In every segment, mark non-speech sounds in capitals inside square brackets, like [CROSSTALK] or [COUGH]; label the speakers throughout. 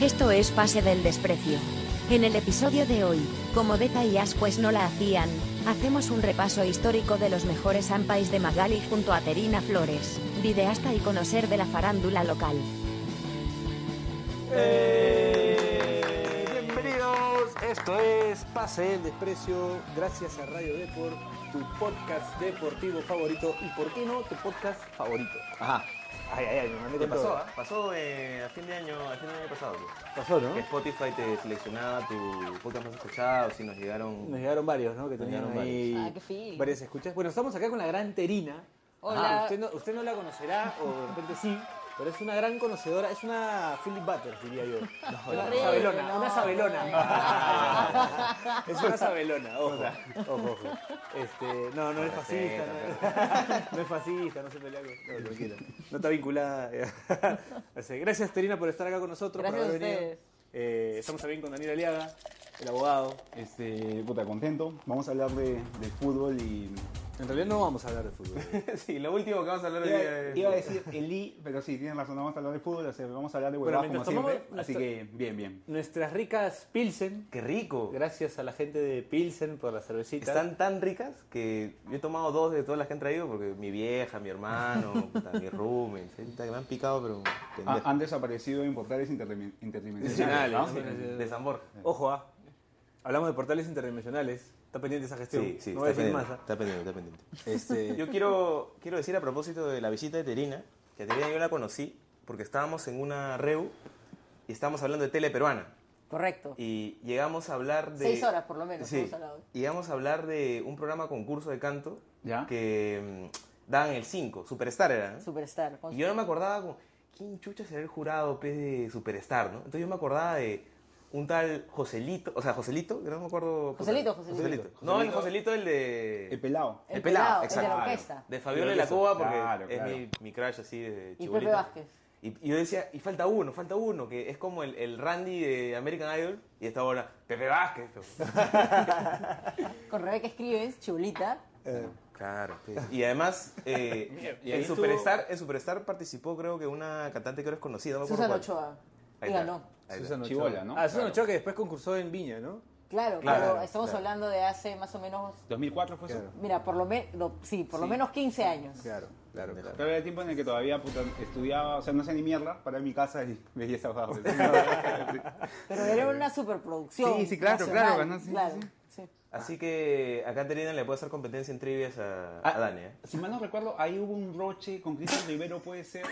Speaker 1: Esto es Pase del Desprecio. En el episodio de hoy, como Deca y Ascues no la hacían, hacemos un repaso histórico de los mejores ampais de Magali junto a Terina Flores, videasta y conocer de la farándula local.
Speaker 2: ¡Eh! Bienvenidos, esto es Pase el Desprecio, gracias a Radio Deport, tu podcast deportivo favorito y por qué no tu podcast favorito.
Speaker 3: Ajá.
Speaker 2: Ay, ay, ay, me mandé
Speaker 3: ¿Qué
Speaker 2: con
Speaker 3: pasó?
Speaker 2: todo.
Speaker 3: ah? Pasó eh, a fin de año, a fin de año pasado. pues.
Speaker 2: Pasó, ¿no?
Speaker 3: Que Spotify te seleccionaba tu podcast más escuchado, si nos llegaron.
Speaker 2: Nos llegaron varios, ¿no? Que
Speaker 3: Nos
Speaker 2: tenían
Speaker 3: llegaron
Speaker 2: ahí
Speaker 4: varios. Ah, qué feeling.
Speaker 2: varias escuchas. Bueno, estamos acá con la gran Terina. Ah,
Speaker 4: Hola.
Speaker 2: usted, no, usted no la conocerá, o de repente sí, pero es una gran conocedora, es una Philip Butters, diría
Speaker 4: [LAUGHS]
Speaker 2: yo. una
Speaker 4: no.
Speaker 2: sabelona,
Speaker 4: No,
Speaker 2: una
Speaker 4: no.
Speaker 2: sabelona.
Speaker 4: [LAUGHS]
Speaker 2: es una sabelona, ojo, ojo, ojo. Este, no, no es
Speaker 3: Con
Speaker 2: fascista, no, es- [LAUGHS] no es fascista, no se pelea con... No, tranquila, no está vinculada. [LAUGHS] Así, Gracias Terina por estar acá con nosotros,
Speaker 4: Gracias
Speaker 2: por
Speaker 4: a
Speaker 2: haber venido.
Speaker 4: ustedes.
Speaker 2: Eh, estamos también con Daniel Aliaga, el abogado.
Speaker 5: Este, puta, contento. Vamos a hablar de, de fútbol y.
Speaker 2: En realidad no vamos a hablar de fútbol.
Speaker 3: sí, lo último que vamos a hablar hoy día
Speaker 5: Iba,
Speaker 3: es-
Speaker 5: iba a decir el I, pero sí, tienen razón, no vamos a hablar de fútbol, o sea, vamos a hablar de
Speaker 2: Bueno,
Speaker 5: huevadas como
Speaker 2: mientras tomamos
Speaker 5: siempre. Así
Speaker 2: nuestra-
Speaker 5: que, bien, bien.
Speaker 2: Nuestras ricas Pilsen.
Speaker 3: ¡Qué rico!
Speaker 2: Gracias a la gente de Pilsen por la cervecita.
Speaker 3: Están tan ricas que yo he tomado dos de todas las que han traído porque mi vieja, mi
Speaker 2: [LAUGHS]
Speaker 3: hermano, puta, mi rumen, que me han picado, pero.
Speaker 5: Ah,
Speaker 3: pendejo.
Speaker 5: han desaparecido en portales interdimen- interdimensionales.
Speaker 2: Nacionales,
Speaker 5: ¿no?
Speaker 2: ¿no?
Speaker 3: De San Borja.
Speaker 2: Ojo, ah. hablamos de portales interdimensionales. Está pendiente esa gestión.
Speaker 3: Sí, sí,
Speaker 2: no voy a
Speaker 3: está
Speaker 2: decir
Speaker 3: pendiente,
Speaker 2: más. ah.
Speaker 3: Está pendiente, está pendiente.
Speaker 2: [LAUGHS] Este,
Speaker 3: Yo quiero, quiero decir a propósito de la visita de Terina, que a Terina yo la conocí porque estábamos en una REU y estábamos hablando de tele peruana.
Speaker 4: Correcto.
Speaker 3: Y llegamos a hablar de...
Speaker 4: Seis horas, por lo menos,
Speaker 3: Sí,
Speaker 4: hemos hablado.
Speaker 3: llegamos a hablar de un programa concurso de canto
Speaker 5: Ya.
Speaker 3: que mm, daban el 5, Superstar era. ¿no?
Speaker 4: Superstar. con-
Speaker 3: Y yo no me acordaba como, ¿quién chucha será el jurado pez de Superstar, no? Entonces yo me acordaba de un tal Joselito, o sea, Joselito, que no me acuerdo.
Speaker 4: Joselito, Joselito.
Speaker 3: No, el Joselito el de...
Speaker 5: El pelado.
Speaker 4: El
Speaker 3: El, pelado,
Speaker 4: pelado, el de la
Speaker 3: exacto.
Speaker 4: orquesta.
Speaker 3: De Fabiola de
Speaker 5: Claro,
Speaker 3: la Cuba, porque
Speaker 5: claro.
Speaker 3: es mi, mi crush así desde
Speaker 4: Y
Speaker 3: chibolito.
Speaker 4: Pepe Vázquez.
Speaker 3: Y, y yo decía, y falta uno, falta uno, que es como el, el Randy de American Idol, y hasta ahora,
Speaker 2: [LAUGHS]
Speaker 3: Pepe Vázquez. pe.
Speaker 4: Con Rebeca Escribes, chulita.
Speaker 5: Ah,
Speaker 3: Claro. pe. Y además,
Speaker 2: [LAUGHS]
Speaker 3: eh,
Speaker 2: Y ahí
Speaker 3: el,
Speaker 2: estuvo-
Speaker 3: superstar, el Superstar participó, creo que una cantante que ahora es conocida, no me acuerdo
Speaker 4: Susana
Speaker 3: cuál.
Speaker 4: Ochoa.
Speaker 3: Ahí
Speaker 4: Y
Speaker 3: está,
Speaker 4: ganó.
Speaker 3: ahí está.
Speaker 2: Susana Ochoa.
Speaker 5: Chibola, ¿no?
Speaker 2: Ah, Susana
Speaker 3: Claro.
Speaker 2: Ochoa que después concursó en Viña, ¿no?
Speaker 4: Claro,
Speaker 3: Claro,
Speaker 4: pero estamos
Speaker 3: claro.
Speaker 4: hablando de hace más o menos,
Speaker 5: 2004 fue eso.
Speaker 4: mira, por lo menos, sí, por lo menos 15 años.
Speaker 2: Claro, claro. claro.
Speaker 5: Todavía era el tiempo en el que todavía puta, estudiaba, o sea, no sé ni mierda, paraba en mi casa y veía esa abajo. [LAUGHS]
Speaker 4: Pero era una superproducción.
Speaker 5: Sí, sí, claro,
Speaker 4: nacional,
Speaker 5: claro, ganó, sí, sí,
Speaker 4: claro,
Speaker 5: sí.
Speaker 4: sí.
Speaker 3: Ah. Así que a Caterina le puede hacer competencia en trivias a,
Speaker 2: Ah.
Speaker 3: a Dani. ¿eh?
Speaker 5: Si mal no recuerdo, ahí hubo un roche con Cristian Rivero, puede ser.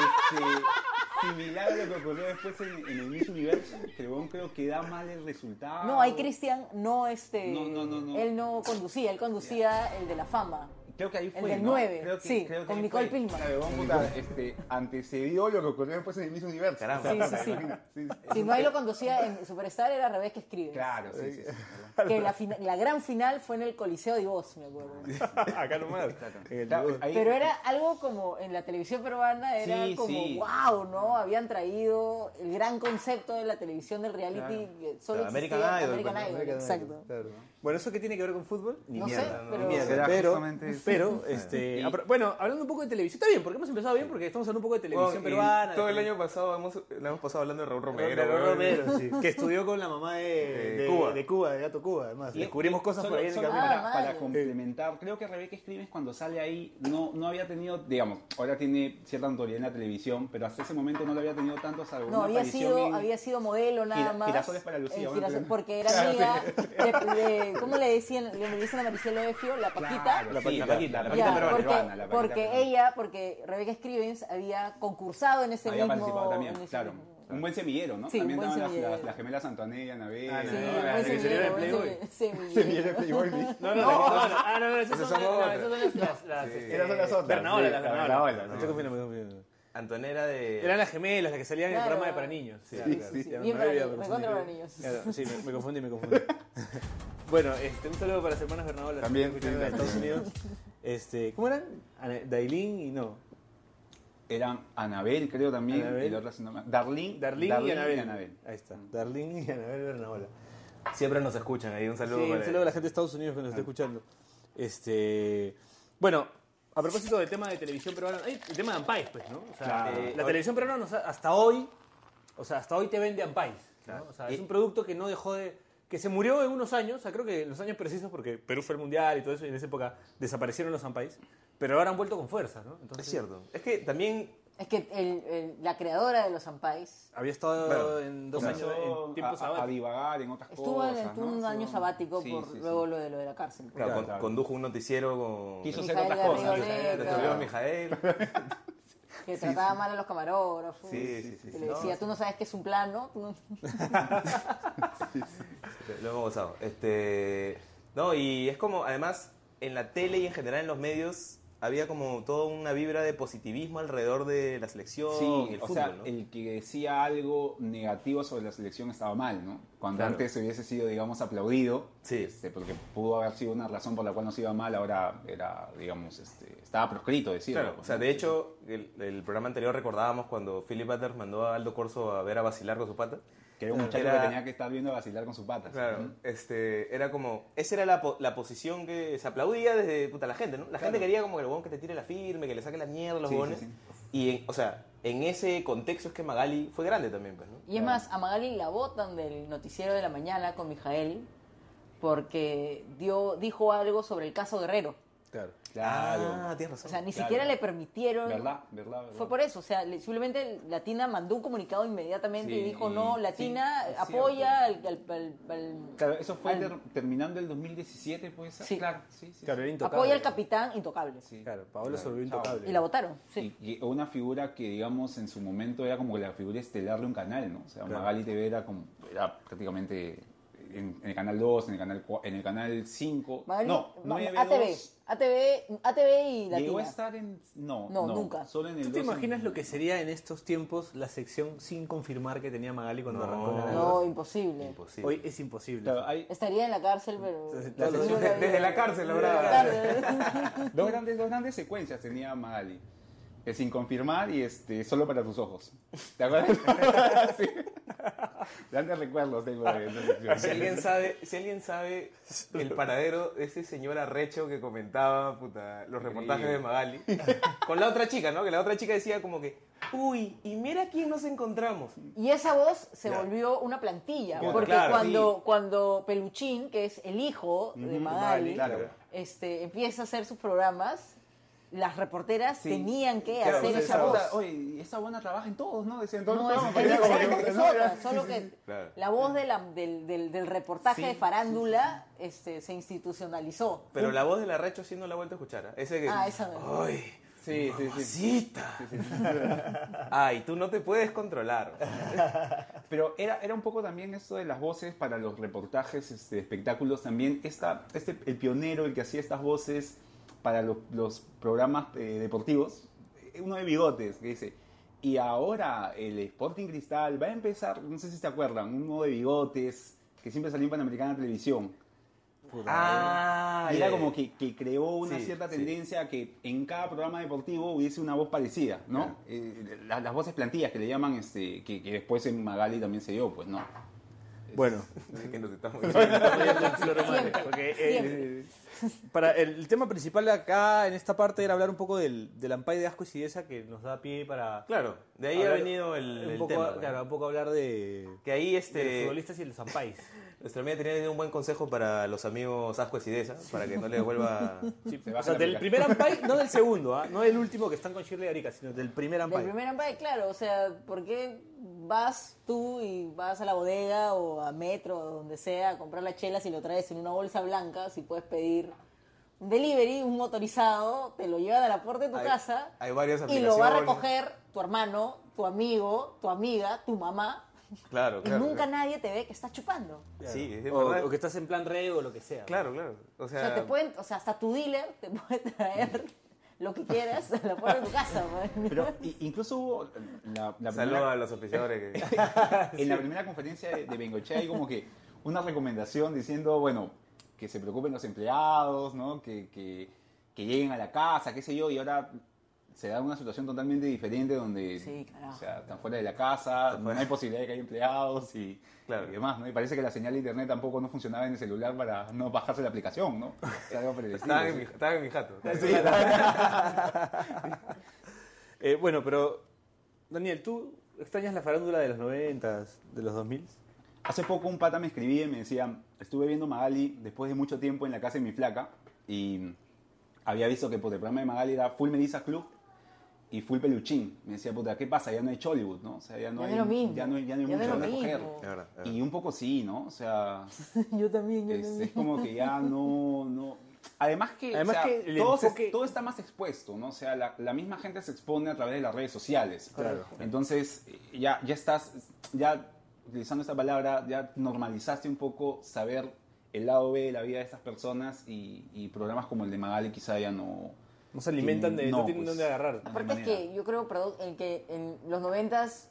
Speaker 5: este, similar a lo que ocurrió después en, en el Miss Universo, que el huevón creo que da mal el resultado.
Speaker 4: No, ahí Cristian no, este,
Speaker 5: Ah. No, no, no, no.
Speaker 4: él no conducía, él conducía el de la fama.
Speaker 5: Creo que ahí fue.
Speaker 4: del
Speaker 5: ¿no?
Speaker 4: nueve,
Speaker 5: Creo que-
Speaker 4: sí,
Speaker 5: creo que
Speaker 4: con
Speaker 5: ahí
Speaker 4: Nicole
Speaker 5: fue.
Speaker 4: Pillman.
Speaker 5: La huevón, puta, este, antecedió lo que ocurrió después en el Miss Universo.
Speaker 3: Caramba.
Speaker 4: Sí, sí, sí.
Speaker 5: Imagina, sí, sí.
Speaker 4: Si no, ahí lo conducía en Superstar era Rebeca Escribes.
Speaker 5: Claro, sí, sí, sí.
Speaker 4: Que la, fina- la gran final fue en el Coliseo de Voz, me acuerdo.
Speaker 2: [LAUGHS] Acá nomás. En el-
Speaker 5: Claro, ahí-
Speaker 4: Pero era algo como en la televisión peruana, era
Speaker 5: Sí,
Speaker 4: como
Speaker 5: sí.
Speaker 4: wow, ¿no? Habían traído el gran concepto de la televisión del reality. que Solo
Speaker 3: Claro,
Speaker 4: existía
Speaker 3: American
Speaker 4: en
Speaker 3: Idol,
Speaker 4: American
Speaker 3: pues,
Speaker 4: Idol, exacto.
Speaker 2: Claro. Bueno, ¿eso qué tiene que ver con fútbol?
Speaker 4: No sé, pero-
Speaker 2: Ni mierda.
Speaker 5: Será
Speaker 2: pero,
Speaker 5: justamente eso.
Speaker 2: pero, este, ah, pero, bueno, hablando un poco de televisión, está bien, porque hemos empezado bien, porque estamos hablando un poco de televisión
Speaker 3: Bueno, y
Speaker 2: peruana.
Speaker 3: Todo
Speaker 2: de-
Speaker 3: el año pasado hemos, la hemos pasado hablando de Raúl Romero.
Speaker 2: Romero,
Speaker 3: weón.
Speaker 2: Romero, sí, [LAUGHS] que estudió con la mamá de,
Speaker 3: De Cuba.
Speaker 2: de Cuba, de Gato Cuba, además.
Speaker 5: Y-
Speaker 2: Descubrimos cosas
Speaker 5: solo-
Speaker 2: por ahí en el
Speaker 5: solo
Speaker 2: camino.
Speaker 4: Ah,
Speaker 5: Para,
Speaker 4: vale.
Speaker 5: para complementar, creo que Rebeca Escribes cuando sale ahí no, no había tenido, digamos, ahora tiene cierta autoridad en la televisión, pero hasta ese momento no la había tenido tanto, salvo
Speaker 4: No,
Speaker 5: una
Speaker 4: había
Speaker 5: aparición
Speaker 4: sido,
Speaker 5: en-
Speaker 4: había sido modelo nada
Speaker 5: Gira-
Speaker 4: más.
Speaker 5: Girasoles para Lucía,
Speaker 4: En
Speaker 5: bueno,
Speaker 4: Girasoles,
Speaker 5: pero-
Speaker 4: porque era
Speaker 5: Claro,
Speaker 4: amiga de, de- ¿cómo le decían? Le dicen a Maricelo Efio, la Paquita.
Speaker 5: Claro,
Speaker 2: La
Speaker 5: sí,
Speaker 2: Paquita, Paquita,
Speaker 5: la
Speaker 2: la
Speaker 5: Paquita, la
Speaker 2: Paquita
Speaker 4: Ya,
Speaker 5: Paquita
Speaker 4: porque,
Speaker 5: peruana, la Paquita
Speaker 4: porque
Speaker 5: peruana.
Speaker 4: ella, porque Rebeca Scrivens había concursado en ese
Speaker 5: había
Speaker 4: mismo...
Speaker 5: participado también,
Speaker 4: en ese
Speaker 5: claro.
Speaker 4: mismo-
Speaker 5: Un buen semillero, ¿no?
Speaker 4: Sí, un
Speaker 5: también
Speaker 4: buen
Speaker 5: estaban las,
Speaker 4: semillero.
Speaker 5: las- las gemelas Antonella, Anabel.
Speaker 2: Ah, no,
Speaker 4: Sí,
Speaker 2: no, la
Speaker 4: buen
Speaker 2: que se dio
Speaker 4: semillero,
Speaker 2: en
Speaker 4: buen
Speaker 2: Playboy.
Speaker 4: semi- semillero.
Speaker 5: Semillero Playboy.
Speaker 2: No, no, no, no, no, ah, no, no, esas son,
Speaker 3: Esas son
Speaker 2: no,
Speaker 3: otras.
Speaker 2: esas son las- las, las, este,
Speaker 5: Esas son las otras,
Speaker 2: Bernaola, las
Speaker 5: sí, la
Speaker 2: Bernaola.
Speaker 5: Bernaola,
Speaker 2: No
Speaker 5: sí.
Speaker 2: estoy confundiendo, me estoy confundiendo.
Speaker 3: Antonera de.
Speaker 2: Eran las gemelas, las que salían en el
Speaker 4: Claro.
Speaker 2: programa de para niños.
Speaker 4: Sí,
Speaker 2: Claro,
Speaker 4: sí,
Speaker 2: claro.
Speaker 4: sí.
Speaker 2: Ya,
Speaker 4: Bien
Speaker 2: me
Speaker 4: para
Speaker 2: había
Speaker 4: niños, me
Speaker 2: confundido.
Speaker 4: contra para niños.
Speaker 2: Claro, sí, me, me confundí, me [LAUGHS] confundí. bueno, este, un saludo para las hermanas Bernadola.
Speaker 5: También,
Speaker 2: que escuchan
Speaker 5: sí,
Speaker 2: en Estados
Speaker 5: también.
Speaker 2: Unidos. Este, ¿Cómo eran? Ana- Dailin y no.
Speaker 5: Eran Anabel, creo también.
Speaker 2: Anabel.
Speaker 5: Y la otra, si no me- Darlene.
Speaker 2: Darlene, y Anabel.
Speaker 5: Anabel.
Speaker 2: Ahí está. Darlene y Anabel Bernadola.
Speaker 3: Siempre nos escuchan ahí. Un
Speaker 2: Sí,
Speaker 3: saludo para
Speaker 2: un saludo a la gente de Estados Unidos que nos está escuchando. Este, bueno, a propósito del tema de televisión peruana, ay, el tema de Ampais, pues, ¿no? O sea,
Speaker 5: Claro.
Speaker 2: eh, la televisión peruana nos ha- hasta hoy
Speaker 6: O sea, hasta hoy te vende Ampais. ¿no?
Speaker 3: Claro.
Speaker 6: O sea,
Speaker 3: Y-
Speaker 6: es un producto que no dejó de. que se murió en unos años, o sea, creo que en los años precisos, porque Perú fue el mundial y todo eso, y en esa época desaparecieron los Ampais, pero ahora han vuelto con fuerza, ¿no? Entonces,
Speaker 3: Es cierto. Es que también
Speaker 4: Es que el- el- la creadora de los Zampais
Speaker 6: Había estado
Speaker 3: Bueno,
Speaker 6: en dos
Speaker 5: Comenzó
Speaker 6: años en tiempo
Speaker 5: a, a, a
Speaker 6: sabático.
Speaker 5: divagar en otras
Speaker 4: estuvo
Speaker 5: cosas.
Speaker 4: en
Speaker 5: ¿no?
Speaker 4: un
Speaker 5: Estuvo-
Speaker 4: año sabático
Speaker 5: Sí,
Speaker 4: por
Speaker 5: sí, sí.
Speaker 4: luego lo de lo de la cárcel. pues.
Speaker 5: [LAUGHS]
Speaker 3: claro,
Speaker 5: Claro,
Speaker 3: con-
Speaker 5: claro.
Speaker 3: condujo un noticiero con...
Speaker 5: Quiso
Speaker 3: Quiso
Speaker 5: hacer
Speaker 4: Mijael
Speaker 5: otras cosas.
Speaker 4: Garrido
Speaker 5: Mijael
Speaker 4: Leca.
Speaker 5: Garrido Leca.
Speaker 3: Mijael.
Speaker 4: Que trataba mal a los camarógrafos.
Speaker 3: Sí, sí, sí,
Speaker 4: que
Speaker 3: sí,
Speaker 4: le
Speaker 3: no,
Speaker 4: decía, tú no sabes que es un plan, ¿no? [LAUGHS] Tú no-
Speaker 3: Lo hemos gozado. Este, no, y es como, además, en la tele y en general en los medios había como toda una vibra de positivismo alrededor de la selección
Speaker 5: Sí,
Speaker 3: y el
Speaker 5: o
Speaker 3: fútbol,
Speaker 5: sea,
Speaker 3: ¿no?
Speaker 5: el que decía algo negativo sobre la selección estaba mal, ¿no? Cuando
Speaker 3: Claro.
Speaker 5: antes hubiese sido, digamos, aplaudido,
Speaker 3: Sí.
Speaker 5: este, porque pudo haber sido una razón por la cual nos iba mal, ahora era, digamos, este, estaba proscrito decirlo.
Speaker 3: Claro, o sea, de hecho, el, el programa anterior recordábamos cuando Philip Butler mandó a Aldo Corso a ver a vacilar con su pata.
Speaker 5: que era un muchacho
Speaker 3: era-
Speaker 5: que tenía que estar viendo vacilar con sus patas.
Speaker 3: Claro,
Speaker 5: ¿no?
Speaker 3: este, era como, esa era la, po- la posición que se aplaudía desde puta la gente, ¿no? La gente quería como que el huevón que te tire la firme, que le saque la mierda a los
Speaker 5: Sí, sí,
Speaker 3: huevones.
Speaker 5: sí.
Speaker 3: Y, en- o sea, en ese contexto es que Magali fue grande también, pues, ¿no?
Speaker 4: Y es más, a Magali la botan del noticiero de la mañana con Mijael porque dio, dijo algo sobre el caso Guerrero.
Speaker 6: Claro.
Speaker 3: Ah,
Speaker 5: Claro.
Speaker 3: tienes
Speaker 4: O
Speaker 3: razón.
Speaker 4: sea, ni
Speaker 5: Claro.
Speaker 4: siquiera le permitieron...
Speaker 5: ¿Verdad? ¿Verdad? ¿Verdad?
Speaker 4: Fue por eso, o sea, le- simplemente Latina mandó un comunicado inmediatamente y
Speaker 5: Sí,
Speaker 4: dijo, no,
Speaker 5: sí,
Speaker 4: Latina
Speaker 5: es
Speaker 4: apoya al... al- al- al-
Speaker 5: Claro, eso fue
Speaker 4: al-
Speaker 5: ter- terminando el 2017, pues.
Speaker 4: Sí.
Speaker 5: Claro, sí, sí.
Speaker 6: Claro,
Speaker 5: sí.
Speaker 6: era intocable.
Speaker 4: apoya al capitán intocable.
Speaker 5: Sí.
Speaker 6: Claro, Paolo se
Speaker 5: Claro,
Speaker 6: volvió
Speaker 5: chao.
Speaker 6: intocable.
Speaker 4: Y la votaron, sí.
Speaker 5: este, Y, y una figura que, digamos, en su momento era como la figura estelar de un canal, ¿no? O sea, Magali TV era, como, era prácticamente en, en el canal 2, en el canal, cua- en el canal 5.
Speaker 4: Magali-
Speaker 5: no,
Speaker 4: Ma-
Speaker 5: 9,
Speaker 4: ATV, ATV, ATV y
Speaker 5: Llegó a
Speaker 4: Latina.
Speaker 5: estar en. No,
Speaker 4: No, nunca.
Speaker 5: Solo en el
Speaker 6: ¿Tú te
Speaker 5: 2 en-
Speaker 6: imaginas lo que sería en estos tiempos la sección sin confirmar que tenía Magali cuando
Speaker 3: No.
Speaker 6: arrancó la
Speaker 3: No.
Speaker 6: Navidad?
Speaker 4: No, imposible.
Speaker 3: Imposible.
Speaker 6: Hoy es imposible.
Speaker 5: Claro, hay
Speaker 4: Estaría en la cárcel, pero...
Speaker 6: La sección
Speaker 4: Seguro
Speaker 6: de-
Speaker 3: desde la cárcel, ahora.
Speaker 5: dos grandes, dos grandes secuencias tenía Magali. Eh, sin confirmar y este, solo para tus ojos. ¿Te acuerdas? [LAUGHS] sí. Grandes recuerdos tengo de esa sección.
Speaker 3: Si alguien sabe, si alguien sabe el paradero de ese señor arrecho que comentaba puta, los reportajes de Magali con la otra chica, ¿no? Que la otra chica decía como que, uy, y mira quién nos encontramos.
Speaker 4: Y esa voz se
Speaker 3: Claro.
Speaker 4: volvió una plantilla,
Speaker 5: Claro,
Speaker 4: porque
Speaker 3: claro,
Speaker 4: cuando, cuando Peluchín, que es el hijo de
Speaker 5: Ujú,
Speaker 4: Magali,
Speaker 5: claro.
Speaker 4: este, empieza a hacer sus programas, las reporteras
Speaker 5: Sí.
Speaker 4: tenían que
Speaker 5: Claro,
Speaker 4: hacer
Speaker 5: pues,
Speaker 4: esa voz.
Speaker 5: puta, Oye, esa buena trabaja en todos, ¿no? Decían todos
Speaker 4: No,
Speaker 5: los
Speaker 4: es, es
Speaker 5: programas, pero era como
Speaker 4: diferente,
Speaker 5: que-
Speaker 4: es
Speaker 5: no,
Speaker 4: otra,
Speaker 5: era-
Speaker 4: solo
Speaker 5: sí,
Speaker 4: que
Speaker 5: sí, sí.
Speaker 3: Claro.
Speaker 4: la voz de la- del, del- del reportaje
Speaker 5: Sí,
Speaker 4: de farándula este, se institucionalizó.
Speaker 3: Pero la voz del arrecho sí no la he vuelto a escuchar. ¿ah? Ese que,
Speaker 4: Ah, esa no.
Speaker 3: uy,
Speaker 5: Sí, sí, [LAUGHS] sí.
Speaker 3: mamacita. Ay, Ah, tú no te puedes controlar.
Speaker 5: Pero era, era un poco también esto de las voces para los reportajes, este, espectáculos también. Esta, este, el pionero, el que hacía estas voces para los, los programas eh, deportivos, eh, uno de bigotes, que dice, y ahora el Sporting Cristal va a empezar, no sé si se acuerdan, uno de bigotes, que siempre salía en Panamericana Televisión.
Speaker 3: Ah,
Speaker 5: Y era
Speaker 3: ya, ya.
Speaker 5: como que, que creó una
Speaker 3: Sí,
Speaker 5: cierta
Speaker 3: sí.
Speaker 5: tendencia a que en cada programa deportivo hubiese una voz parecida, ¿no?
Speaker 3: Claro.
Speaker 5: Eh, la- las voces plantillas que le llaman, este, que, que después en Magali también se dio, pues, ¿no?
Speaker 6: Bueno,
Speaker 3: que nos estamos viendo.
Speaker 4: Siempre, siempre.
Speaker 6: eh, para el, el tema principal acá en esta parte era hablar un poco del, del Ampay de Asco y Sidesa que nos da pie para.
Speaker 3: Claro, de ahí ha
Speaker 6: hablar-
Speaker 3: venido el,
Speaker 6: un
Speaker 3: el
Speaker 6: poco,
Speaker 3: tema. ¿no?
Speaker 6: Claro, un poco hablar de,
Speaker 3: Que ahí
Speaker 6: de los
Speaker 3: este,
Speaker 6: futbolistas y los Ampais.
Speaker 3: Nuestra amiga tenía un buen consejo para los amigos ascues y Deza, para que no les vuelva...
Speaker 6: Sí,
Speaker 5: Se
Speaker 6: o
Speaker 5: baja
Speaker 6: sea,
Speaker 5: la
Speaker 6: del
Speaker 5: aplicación.
Speaker 6: primer Ampay, no del segundo, ¿ah? no del último que están con Shirley Arica, sino del primer
Speaker 4: Del
Speaker 6: Ampay.
Speaker 4: primer ampay, claro, o sea, ¿por qué vas tú y vas a la bodega o a Metro o donde sea a comprar las chelas y lo traes en una bolsa blanca si puedes pedir un delivery, un motorizado, te lo llevan a la puerta de tu
Speaker 3: Hay-
Speaker 4: casa
Speaker 3: hay varias
Speaker 4: y lo va a
Speaker 3: aplicaciones.
Speaker 4: recoger tu hermano, tu amigo, tu amiga, tu mamá
Speaker 3: Claro,
Speaker 4: y
Speaker 3: claro.
Speaker 4: nunca
Speaker 3: claro.
Speaker 4: nadie te ve que estás chupando.
Speaker 3: Sí, es verdad.
Speaker 6: o, o que estás en plan rey o lo que sea.
Speaker 3: Claro, claro. O
Speaker 4: O
Speaker 3: sea,
Speaker 4: sea, te pueden, o sea, hasta tu dealer te [LAUGHS] puede traer lo que quieras a la puerta de tu casa. pues. man.
Speaker 5: Pero
Speaker 4: [LAUGHS]
Speaker 5: i- incluso hubo la, la
Speaker 3: saludo
Speaker 5: primera,
Speaker 3: a los oficiadores. que- [LAUGHS]
Speaker 5: en la primera conferencia de, de Bengochea hay como que una recomendación diciendo, bueno, que se preocupen los empleados, ¿no? Que, que, que lleguen a la casa, qué sé yo, y ahora se da una situación totalmente diferente donde
Speaker 4: Sí, carajo.
Speaker 5: o sea, están fuera de la casa, no hay posibilidad de que haya empleados y,
Speaker 3: Claro.
Speaker 5: y demás, ¿no? Y parece que la señal de internet tampoco no funcionaba en el celular para no bajarse la aplicación,
Speaker 3: [LAUGHS]
Speaker 5: ¿no? Era algo por el estilo,
Speaker 3: Estaban
Speaker 5: sí.
Speaker 3: en, mi, estaban en mi jato.
Speaker 6: Eh, bueno, pero Daniel, ¿tú extrañas la farándula de los 90, de los 2000?
Speaker 5: Hace poco un pata me escribía y me decía, estuve viendo Magali después de mucho tiempo en la casa de mi flaca y había visto que puta, el programa de Magali era Full Melissa Club y Full Peluchín. Me decía, puta, ¿qué pasa? Ya no hay Chollywood, ¿no? O sea, ya no
Speaker 4: Ya no
Speaker 5: hay,
Speaker 4: es lo mismo.
Speaker 5: ya no hay, ya no hay
Speaker 4: Ya no es
Speaker 5: mucho
Speaker 4: lo
Speaker 5: donde coger.
Speaker 4: mismo. Es
Speaker 6: verdad, es verdad.
Speaker 5: Eh. Y un poco sí, ¿no? O sea,
Speaker 4: [LAUGHS] yo también, yo
Speaker 5: es,
Speaker 4: también.
Speaker 5: es como
Speaker 4: [LAUGHS]
Speaker 5: que ya no, no. Además que,
Speaker 6: Además
Speaker 5: o sea,
Speaker 6: que el
Speaker 5: todo, se-
Speaker 6: enfoque-
Speaker 5: todo está más expuesto, ¿no? O sea, la, la misma gente se expone a través de las redes sociales.
Speaker 6: Claro.
Speaker 5: Entonces, eh, ya, ya estás, ya utilizando esta palabra, ya normalizaste un poco saber el lado B de la vida de estas personas y, y programas como el de Magali quizá ya no...
Speaker 6: No se alimentan de... No,
Speaker 5: No,
Speaker 6: tienen
Speaker 5: pues.
Speaker 6: dónde agarrar.
Speaker 5: Ah,
Speaker 4: Aparte es
Speaker 5: manera.
Speaker 4: que yo creo, perdón, en que en los noventas,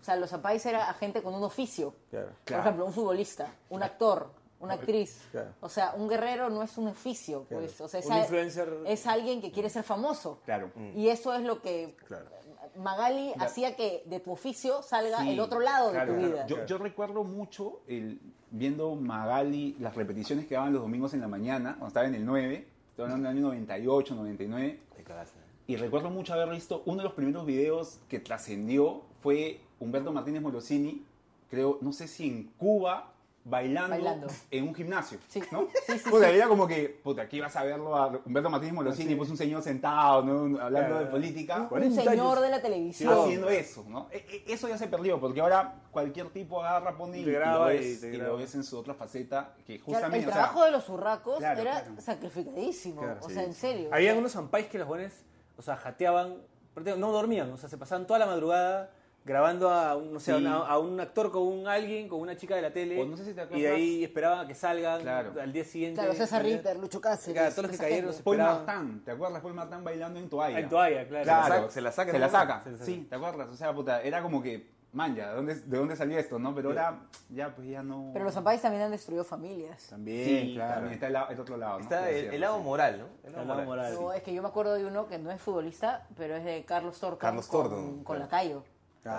Speaker 4: o sea, los apais era a gente con un oficio.
Speaker 6: Claro.
Speaker 5: Claro.
Speaker 4: Por ejemplo, un futbolista, un actor, una actriz.
Speaker 6: Claro.
Speaker 4: O sea, un guerrero no es un oficio,
Speaker 6: Claro.
Speaker 4: pues. O sea, es,
Speaker 6: Un
Speaker 4: a-
Speaker 6: influencer-
Speaker 4: es alguien que quiere ser famoso.
Speaker 5: Claro.
Speaker 4: Y eso es lo que
Speaker 6: Claro.
Speaker 4: Magali
Speaker 5: La-
Speaker 4: hacía que de tu oficio salga
Speaker 5: Sí,
Speaker 4: el otro lado de
Speaker 5: claro,
Speaker 4: tu
Speaker 5: claro.
Speaker 4: vida.
Speaker 5: Yo, yo recuerdo mucho el, viendo Magali, las repeticiones que daban los domingos en la mañana, cuando estaba en el 9, estoy hablando del año 98, 99,
Speaker 6: Te cagaste.
Speaker 5: y recuerdo mucho haber visto uno de los primeros videos que trascendió fue Humberto Martínez Morosini, creo, no sé si en Cuba, bailando,
Speaker 4: Bailando.
Speaker 5: en un gimnasio,
Speaker 4: Sí.
Speaker 5: ¿no?
Speaker 4: Sí, sí,
Speaker 5: Puta,
Speaker 4: sí.
Speaker 5: era como que, puta, aquí vas a verlo a Humberto Martínez Morosini, pues un señor sentado, ¿no? Hablando
Speaker 6: Claro.
Speaker 5: de política.
Speaker 4: Un
Speaker 6: 40
Speaker 4: señor
Speaker 6: años.
Speaker 4: de la televisión.
Speaker 5: Haciendo eso, ¿no? E- e- Eso ya se perdió, porque ahora cualquier tipo agarra, pone y,
Speaker 6: Te graba
Speaker 5: lo
Speaker 6: y
Speaker 5: ves,
Speaker 6: te
Speaker 5: y lo
Speaker 6: graba.
Speaker 5: ves en su otra faceta, que
Speaker 4: Claro,
Speaker 5: justamente,
Speaker 4: el
Speaker 5: o sea,
Speaker 4: trabajo de los urracos
Speaker 5: claro,
Speaker 4: era
Speaker 5: claro.
Speaker 4: sacrificadísimo.
Speaker 6: Claro,
Speaker 4: o
Speaker 6: sí,
Speaker 4: sea, en
Speaker 6: sí.
Speaker 4: serio.
Speaker 2: Había
Speaker 4: O sea,
Speaker 2: unos zampais que los buenos, o sea, jateaban, prácticamente no dormían, o sea, se pasaban toda la madrugada grabando a un, no sé, a
Speaker 5: Sí.
Speaker 2: una- a un actor con un alguien, con una chica de la tele.
Speaker 5: O no sé si te acuerdas-
Speaker 2: y de ahí esperaban a que salgan
Speaker 5: Claro.
Speaker 2: al día siguiente.
Speaker 4: Claro, César
Speaker 2: Salían-
Speaker 4: Ritter, Lucho Cáceres.
Speaker 2: Claro, todos los que
Speaker 4: esa
Speaker 2: cayeron
Speaker 4: gente.
Speaker 2: se-
Speaker 5: Paul
Speaker 2: esperaba-
Speaker 5: Martán, ¿te acuerdas? Paul Martán bailando en toalla.
Speaker 2: En toalla, claro.
Speaker 5: Claro,
Speaker 3: Se la saca,
Speaker 5: Se
Speaker 3: se
Speaker 5: la
Speaker 3: la
Speaker 5: saca.
Speaker 2: Se la saca.
Speaker 5: Sí, ¿te acuerdas? O sea, puta, era como que, man, ya, ¿de dónde, de dónde salió esto, no? Pero ahora, ya, pues ya no.
Speaker 4: Pero los zampais también han destruido familias.
Speaker 5: También,
Speaker 6: Sí, claro.
Speaker 5: también está el, lado- el otro lado. ¿no?
Speaker 3: Está
Speaker 5: Es
Speaker 3: el,
Speaker 5: cierto,
Speaker 3: el lado
Speaker 5: sí.
Speaker 3: moral, ¿no? El
Speaker 2: Hablaba moral.
Speaker 4: No, es que yo me acuerdo de uno que no es futbolista, pero es de Carlos Torton.
Speaker 3: Carlos
Speaker 4: con-
Speaker 3: Torton,
Speaker 4: Con, Lacayo.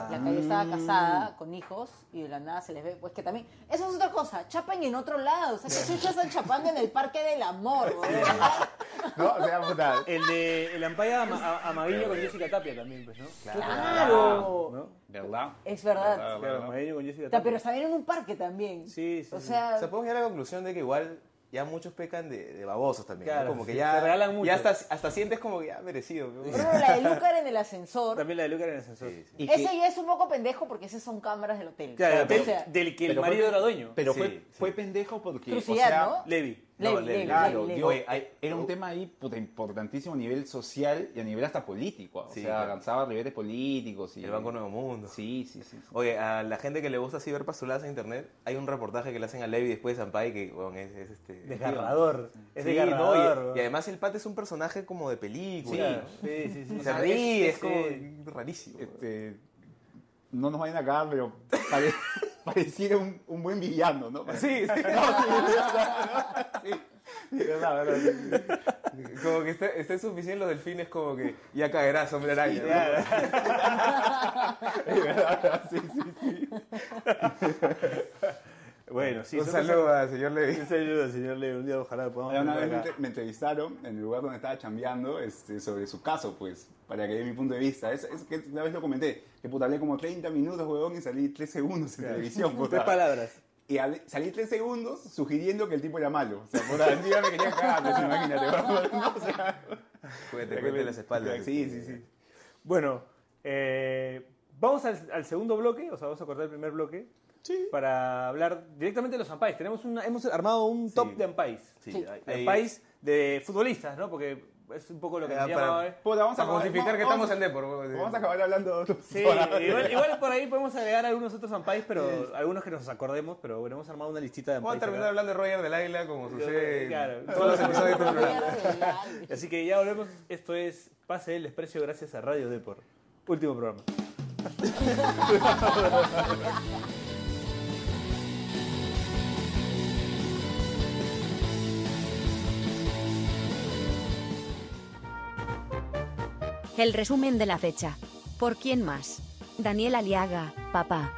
Speaker 4: Lacayo estaba casada con hijos y de la nada se les ve. Pues que también. Eso es otra cosa. Chapan en otro lado. O sea, que chuchas están chapando en el Parque del Amor. güey.
Speaker 5: No, o sea, puta.
Speaker 2: El de el Ampay a, Ma- a- a Maguillo con Jessica Tapia también, pues, ¿no?
Speaker 4: ¡Claro!
Speaker 2: ¿No?
Speaker 5: ¿Verdad?
Speaker 4: Es verdad.
Speaker 5: Claro,
Speaker 2: Claro,
Speaker 5: claro.
Speaker 2: Maguillo con Jessica
Speaker 4: Ta-
Speaker 2: Tapia.
Speaker 4: Pero estaban en un parque también.
Speaker 2: Sí, sí,
Speaker 4: O
Speaker 2: sí.
Speaker 4: sea,
Speaker 3: O sea, podemos llegar a la conclusión de que igual ya muchos pecan de, de babosos también. ¿no?
Speaker 2: Claro,
Speaker 3: Como que
Speaker 2: sí,
Speaker 3: ya.
Speaker 2: se regalan mucho.
Speaker 3: Ya hasta, hasta sientes como que ya merecido. ¿no?
Speaker 4: por ejemplo, la de Lucar en el ascensor.
Speaker 2: También la de Luca en el ascensor.
Speaker 3: Sí, sí.
Speaker 5: Y
Speaker 4: Ese
Speaker 5: que-
Speaker 4: ya es un poco pendejo porque esas son cámaras del hotel.
Speaker 2: Claro,
Speaker 4: O
Speaker 2: del-
Speaker 4: sea,
Speaker 2: del que el
Speaker 5: pero fue-
Speaker 2: marido era dueño.
Speaker 5: Pero fue,
Speaker 3: Sí, sí.
Speaker 5: fue pendejo porque.
Speaker 4: Trucidar,
Speaker 5: o sea,
Speaker 4: ¿no?
Speaker 2: Levi.
Speaker 4: Levi,
Speaker 3: No,
Speaker 4: Levi,
Speaker 5: Claro,
Speaker 4: Levi, Levi.
Speaker 5: Dios,
Speaker 3: Oye, hay-
Speaker 5: era un tema ahí puta, importantísimo a nivel social y a nivel hasta político. O
Speaker 3: Sí,
Speaker 5: sea,
Speaker 3: claro.
Speaker 5: lanzaba ribetes políticos y.
Speaker 3: El Banco Nuevo Mundo.
Speaker 5: Sí, sí, sí. sí.
Speaker 3: Oye, a la gente que le gusta así ver pasuladas en internet, hay un reportaje que le hacen a Levi después de Sampaio que, weón, es, es este...
Speaker 2: Desgarrador. Es
Speaker 3: Sí,
Speaker 2: desgarrador.
Speaker 3: no, y, y además el Pate es un personaje como de película.
Speaker 2: Claro. Sí, sí, sí.
Speaker 3: ¿no? Se ríe, es como rarísimo.
Speaker 5: Este, no nos vayan a cagar, pero pare- [LAUGHS] pareciera un, un buen villano, [LAUGHS] ¿no?
Speaker 3: Sí, sí.
Speaker 5: Sí, verdad, verdad, sí.
Speaker 3: Como que está, está insuficiente los delfines, como que ya caerás, hombre araña. ¿no? [LAUGHS]
Speaker 5: Sí, verdad, verdad, sí, sí, sí.
Speaker 2: Bueno, sí.
Speaker 3: un
Speaker 2: son
Speaker 3: saludo
Speaker 2: cosas-
Speaker 3: al señor Levi.
Speaker 2: Un saludo al señor Leo. Un día ojalá lo podamos
Speaker 5: Oye, Una
Speaker 2: tener
Speaker 5: vez me,
Speaker 2: acá.
Speaker 5: entre- me entrevistaron en el lugar donde estaba chambeando este, sobre su caso, pues, para que dé mi punto de vista. Es, es que una vez lo comenté, que puta, hablé como 30 minutos, huevón, y salí 3 segundos en
Speaker 3: [LAUGHS]
Speaker 5: televisión,
Speaker 2: Tres
Speaker 5: puta.
Speaker 2: palabras.
Speaker 5: Y hablé- salí 3 segundos sugiriendo que el tipo era malo. O sea, puta, el tío me quería cagar, pues, imagínate, huevón. No, o sea,
Speaker 3: Cuídate, cuídate las espaldas.
Speaker 5: Sí, sí, sí.
Speaker 2: Bueno, eh, vamos al, al segundo bloque, o sea, vamos a cortar el primer bloque. Para hablar directamente de los ampais. Tenemos una, hemos armado un top de ampais.
Speaker 3: Sí,
Speaker 4: Sí.
Speaker 3: hay-
Speaker 2: De
Speaker 3: hay-
Speaker 2: ampais de futbolistas, ¿no? Porque es un poco lo que
Speaker 3: Ah,
Speaker 2: se
Speaker 3: para-
Speaker 2: llama.
Speaker 5: Puta, vamos a
Speaker 3: Para
Speaker 5: acabar-
Speaker 3: justificar que
Speaker 5: vamos-
Speaker 3: estamos en Depor. weón.
Speaker 5: Vamos a acabar hablando de otros.
Speaker 2: Sí, igual, igual por ahí podemos agregar algunos otros ampais, pero algunos que nos acordemos, pero bueno, hemos armado una listita de
Speaker 3: Vamos
Speaker 2: ampais.
Speaker 3: a terminar
Speaker 2: acá.
Speaker 3: hablando de Roger del Águila, como sucede
Speaker 2: claro.
Speaker 3: en todos los episodios de este programa.
Speaker 4: [LAUGHS]
Speaker 2: Así que ya volvemos. Esto es Pase el Desprecio gracias a Radio Depor. Último programa.
Speaker 1: El resumen de la fecha. ¿Por quién más? Daniel Aliaga, papá.